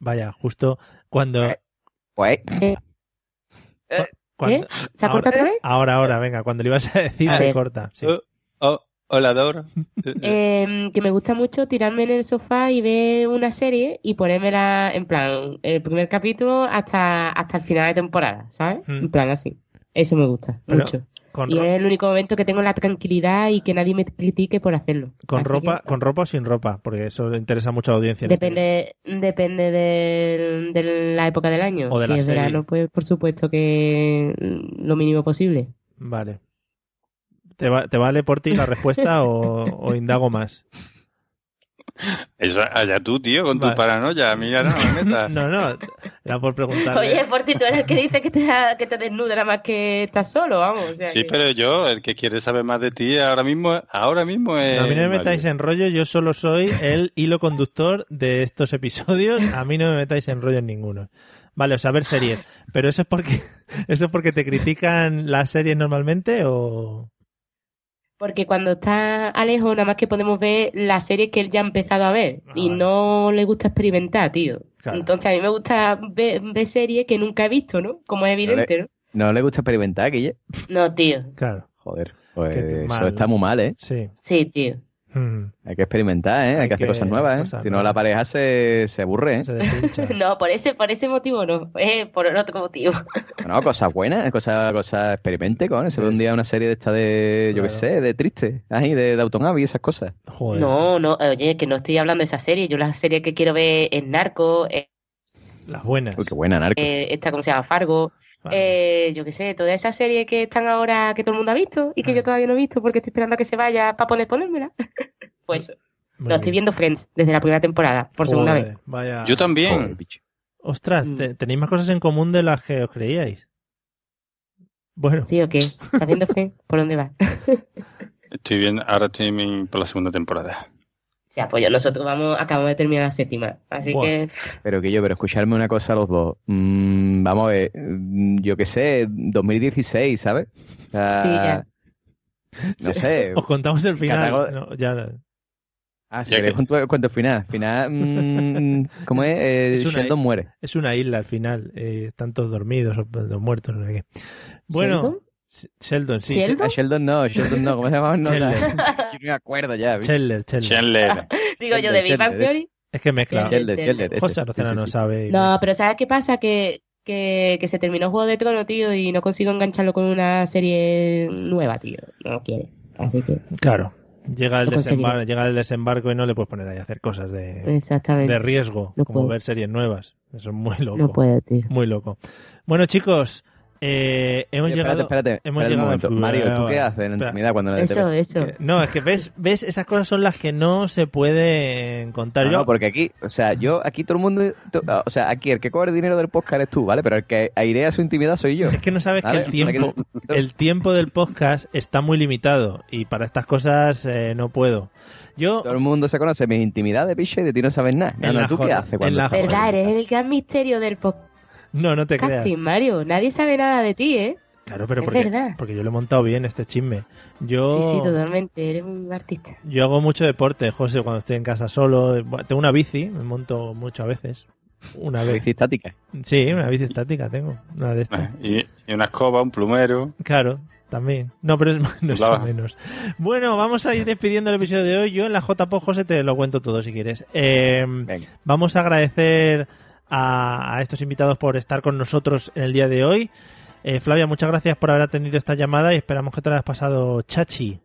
Speaker 3: Vaya, justo cuando...
Speaker 8: Pues...
Speaker 3: Cuando-
Speaker 5: ¿Eh? ¿Se ha
Speaker 3: ahora-
Speaker 5: cortado otra vez?
Speaker 3: Ahora, ahora, venga, cuando le ibas a decir
Speaker 5: A
Speaker 3: se
Speaker 5: ver.
Speaker 3: corta. sí.
Speaker 4: hola, Dor.
Speaker 5: eh, que me gusta mucho tirarme en el sofá y ver una serie y ponérmela en plan, el primer capítulo hasta, hasta el final de temporada, ¿sabes?
Speaker 3: Mm.
Speaker 5: En plan así. Eso me gusta
Speaker 3: Pero
Speaker 5: mucho.
Speaker 3: con
Speaker 5: y
Speaker 3: ro-
Speaker 5: es el único momento que tengo la tranquilidad y que nadie me critique por hacerlo.
Speaker 3: Con
Speaker 5: Así
Speaker 3: ropa,
Speaker 5: que
Speaker 3: con ropa o sin ropa, porque eso le interesa mucho a la audiencia. en este
Speaker 5: depende, depende del- de, la época del año.
Speaker 3: O de
Speaker 5: si
Speaker 3: la
Speaker 5: es
Speaker 3: serie.
Speaker 5: verano, pues por supuesto que mm, lo mínimo posible.
Speaker 3: Vale. ¿Te, va- te vale por ti la respuesta o, o indago más?
Speaker 4: Eso allá tú, tío, con
Speaker 3: Vale.
Speaker 4: tu paranoia. A mí ya no me metas.
Speaker 3: No, no, era por preguntarle.
Speaker 5: Oye, Forti, tú eres el que dice que te, que te desnuda nada más que estás solo, vamos. o sea
Speaker 4: Sí,
Speaker 5: que-
Speaker 4: pero yo, el que quiere saber más de ti ahora mismo, ahora mismo es.
Speaker 3: No, a mí no me
Speaker 4: Mario.
Speaker 3: metáis en rollo, yo solo soy el hilo conductor de estos episodios, a mí no me metáis en rollo en ninguno. Vale, o sea, ver series, pero eso es porque eso es porque te critican las series normalmente o
Speaker 5: Porque cuando está Alejo, nada más que podemos ver las series que él ya ha empezado a ver y no le gusta experimentar, tío.
Speaker 8: Claro.
Speaker 5: Entonces a mí me gusta ver, ver series que nunca he visto, ¿no? Como es evidente, ¿no?
Speaker 8: No le gusta experimentar, Guille.
Speaker 5: No, tío.
Speaker 3: Claro.
Speaker 8: Joder, pues
Speaker 3: Qué
Speaker 8: eso
Speaker 3: mal,
Speaker 8: está
Speaker 3: ¿no?
Speaker 8: muy mal, ¿eh?
Speaker 3: Sí. Hmm,
Speaker 5: Sí, tío.
Speaker 8: Hay que experimentar, ¿eh? Hay, que hacer
Speaker 5: que
Speaker 8: cosas nuevas, ¿eh?
Speaker 5: cosas
Speaker 8: si no, la pareja se, se aburre, ¿eh?
Speaker 5: No, por ese, por ese motivo no, eh, por el otro motivo.
Speaker 8: No, cosas buenas, cosas, cosas experimente, con Se ve un día una serie de esta de, yo qué sé, de triste, ahí, de, de Autonavi y esas cosas.
Speaker 3: Pues
Speaker 5: No, no, oye, que no estoy hablando de esa serie. Yo la serie que quiero ver es Narco, eh,
Speaker 3: Las buenas.
Speaker 8: qué buena, narco.
Speaker 5: eh, esta como se llama Fargo, eh, yo qué sé, todas esas series que están ahora que todo el mundo ha visto y que yo todavía no he visto porque estoy esperando a que se vaya para poder ponérmela. pues lo estoy viendo Friends desde la primera temporada, por segunda
Speaker 3: Joder,
Speaker 5: vez. Mm.
Speaker 3: Vaya.
Speaker 4: Yo también.
Speaker 3: Ostras, te- tenéis más cosas en común de las que os creíais. Bueno.
Speaker 5: Sí, o qué. ¿Estás viendo Friends? ¿Por dónde va?
Speaker 4: Estoy viendo, ahora estoy en- por la segunda temporada.
Speaker 5: Se apoya. pues Nosotros vamos, acabamos de terminar la séptima. Así
Speaker 8: Buah.
Speaker 5: que
Speaker 8: Pero que yo, pero escucharme una cosa a los dos. Mm, vamos a ver, mm, yo qué sé, 2016, ¿sabes? O sea,
Speaker 3: Sí, ya.
Speaker 8: No sé.
Speaker 3: Os contamos el final.
Speaker 8: Catálogo-
Speaker 3: No, ya no.
Speaker 8: Ah, si
Speaker 3: Ya
Speaker 8: queréis
Speaker 3: que-
Speaker 8: cuento, cuento el final. Final, mm, ¿cómo es? Eh,
Speaker 3: Es una-
Speaker 8: Sheldon muere.
Speaker 3: Es una isla al final. eh, están todos dormidos o todos muertos. No sé qué. Bueno. S- Sheldon, sí.
Speaker 8: Ah, Sheldon no, Sheldon no, ¿cómo se llama? No, no.
Speaker 3: Sheldon.
Speaker 8: Yo no me acuerdo ya. ¿viste?
Speaker 3: Chandler, Chandler.
Speaker 5: digo yo de Big Bang Theory.
Speaker 3: Es que mezcla.
Speaker 5: Chandler, Chandler, ese.
Speaker 3: José Arocena
Speaker 5: Sí, sí,
Speaker 3: no
Speaker 5: sí.
Speaker 3: sabe.
Speaker 5: No, pero ¿sabes qué pasa? Que, que, que se terminó Juego de Tronos, tío, y no consigo engancharlo con una serie nueva, tío. No quiere. Así que.
Speaker 3: Claro. Llega el,
Speaker 5: Lo conseguiré.
Speaker 3: desembar- llega el desembarco y no le puedes poner ahí a hacer cosas de,
Speaker 5: Exactamente.
Speaker 3: de riesgo,
Speaker 5: Eh, No
Speaker 3: como
Speaker 5: puedo.
Speaker 3: ver series nuevas. Eso es muy loco.
Speaker 5: No puedo, tío.
Speaker 3: Muy loco. Bueno, chicos, eh, hemos
Speaker 8: Oye,
Speaker 3: llegado.
Speaker 8: espérate, espérate,
Speaker 3: hemos
Speaker 8: espérate un
Speaker 3: llegado al
Speaker 8: momento.
Speaker 3: fútbol.
Speaker 8: Mario, ¿tú qué
Speaker 3: Espera.
Speaker 8: haces en la intimidad cuando la
Speaker 5: Eso, eso.
Speaker 3: Que- No, es que ves, ves, esas cosas son las que no se pueden contar.
Speaker 8: No,
Speaker 3: yo,
Speaker 8: no, porque aquí, o sea, yo, aquí todo el mundo, to- ah, o sea, aquí el que cobre el dinero del podcast eres tú, ¿vale? Pero el que airea su intimidad soy yo.
Speaker 3: Es que no sabes que
Speaker 8: ¿Vale?
Speaker 3: el tiempo, el tiempo del podcast está muy limitado y para estas cosas eh, no puedo. Yo
Speaker 8: Todo el mundo se conoce mis intimidades, picha, y de ti no sabes nada.
Speaker 3: En
Speaker 8: No, no,
Speaker 3: la
Speaker 8: ¿tú qué
Speaker 3: joda,
Speaker 8: haces
Speaker 3: en
Speaker 8: cuando
Speaker 3: la
Speaker 8: estás-
Speaker 3: joda.
Speaker 5: Claro, es el gran misterio del
Speaker 3: No, no te creas.
Speaker 5: podcasting, Mario. Nadie sabe nada de ti, ¿eh?
Speaker 3: Claro, pero
Speaker 5: Es
Speaker 3: porque,
Speaker 5: verdad.
Speaker 3: porque yo lo he montado bien este chisme. Yo,
Speaker 5: Sí, sí, totalmente. Eres un artista.
Speaker 3: yo hago mucho deporte, José, cuando estoy en casa solo. Bueno, Tengo una bici, me monto mucho a veces. Una vez.
Speaker 8: Bici estática.
Speaker 3: Sí, una bici estática tengo. Una de estas.
Speaker 4: Y, y una escoba, un plumero.
Speaker 3: Claro, también. No, pero es más, no es
Speaker 4: Hablaba.
Speaker 3: menos. Bueno, vamos a ir despidiendo el episodio de hoy. Yo en la JPO, José, te lo cuento todo si quieres. Eh, vamos a agradecer a, a estos invitados por estar con nosotros en el día de hoy. Eh, Flavia, muchas gracias por haber atendido esta llamada y esperamos que te la hayas pasado chachi.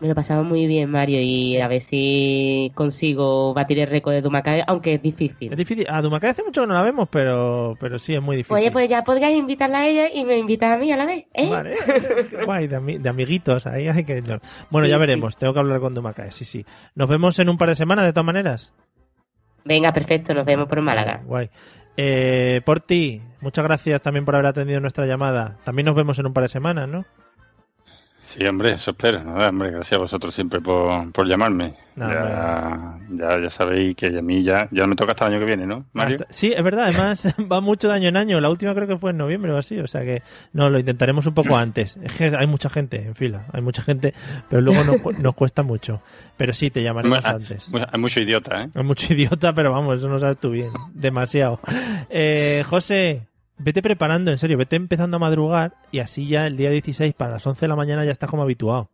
Speaker 5: Me lo pasaba muy bien, Mario, y a ver si consigo batir el récord de Dumacay, aunque es difícil.
Speaker 3: Es difícil. A Dumacay hace mucho que no la vemos, pero, pero sí, es muy difícil.
Speaker 5: Oye, pues ya podrías invitarla a ella y me invitas a mí a la vez, ¿eh?
Speaker 3: Vale. Guay, de, ami- de amiguitos. Ahí hay que... Bueno,
Speaker 5: Sí,
Speaker 3: ya
Speaker 5: sí.
Speaker 3: veremos. Tengo que hablar con Dumacay, sí, sí. Nos vemos en un par de semanas, de todas maneras.
Speaker 5: Venga, perfecto, nos vemos por Málaga.
Speaker 3: Guay. Eh, por ti, muchas gracias también por haber atendido nuestra llamada. También nos vemos en un par de semanas, ¿no?
Speaker 4: Sí, hombre, eso espero. Nada, hombre, gracias a vosotros siempre por, por llamarme.
Speaker 3: No,
Speaker 4: ya, ya, ya sabéis que a mí ya, ya me toca hasta el año que viene, ¿no, Mario?
Speaker 3: Hasta- sí, es verdad, además va mucho de año en año. La última creo que fue en noviembre o así, o sea que no, lo intentaremos un poco antes. Es que hay mucha gente en fila, hay mucha gente, pero luego nos, cu- nos cuesta mucho. Pero sí, te llamaremos
Speaker 4: Hay-
Speaker 3: antes.
Speaker 4: hay- Hay mucho idiota, ¿eh?
Speaker 3: Hay mucho idiota, pero vamos, eso no sabes tú bien. Demasiado. Eh, José, vete preparando, en serio, vete empezando a madrugar y así ya el día 16 para las 11 de la mañana ya estás como habituado.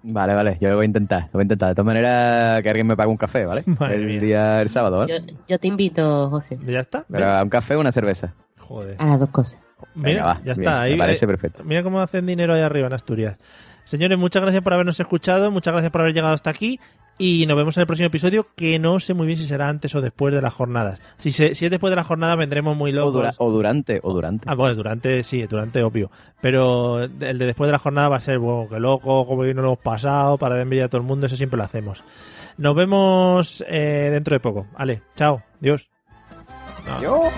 Speaker 8: Vale, vale, yo lo voy a intentar, lo voy a intentar. De todas maneras, que alguien me pague un café, ¿vale?
Speaker 3: Madre
Speaker 8: el
Speaker 3: mía.
Speaker 8: día, el sábado, ¿vale?
Speaker 5: Yo, yo te invito, José.
Speaker 3: Ya está.
Speaker 8: Pero un café o una cerveza.
Speaker 3: Joder.
Speaker 5: A las dos cosas.
Speaker 3: Mira,
Speaker 8: Venga, va,
Speaker 3: ya
Speaker 8: bien,
Speaker 3: está.
Speaker 8: me
Speaker 3: Ahí,
Speaker 8: parece
Speaker 3: eh,
Speaker 8: perfecto.
Speaker 3: Mira cómo hacen dinero ahí arriba en Asturias. Señores, muchas gracias por habernos escuchado, muchas gracias por haber llegado hasta aquí y nos vemos en el próximo episodio que no sé muy bien si será antes o después de las jornadas. Si, se- si es después de las jornadas vendremos muy
Speaker 8: O,
Speaker 3: locos.
Speaker 8: dura- o durante, o durante.
Speaker 3: Ah, bueno, durante sí, durante obvio. Pero el de después de la jornada va a ser, bueno, qué loco, como no lo hemos pasado, para dar envidia a todo el mundo, eso siempre lo hacemos. Nos vemos eh, dentro de poco. Ale, chao, adiós.
Speaker 8: Adiós.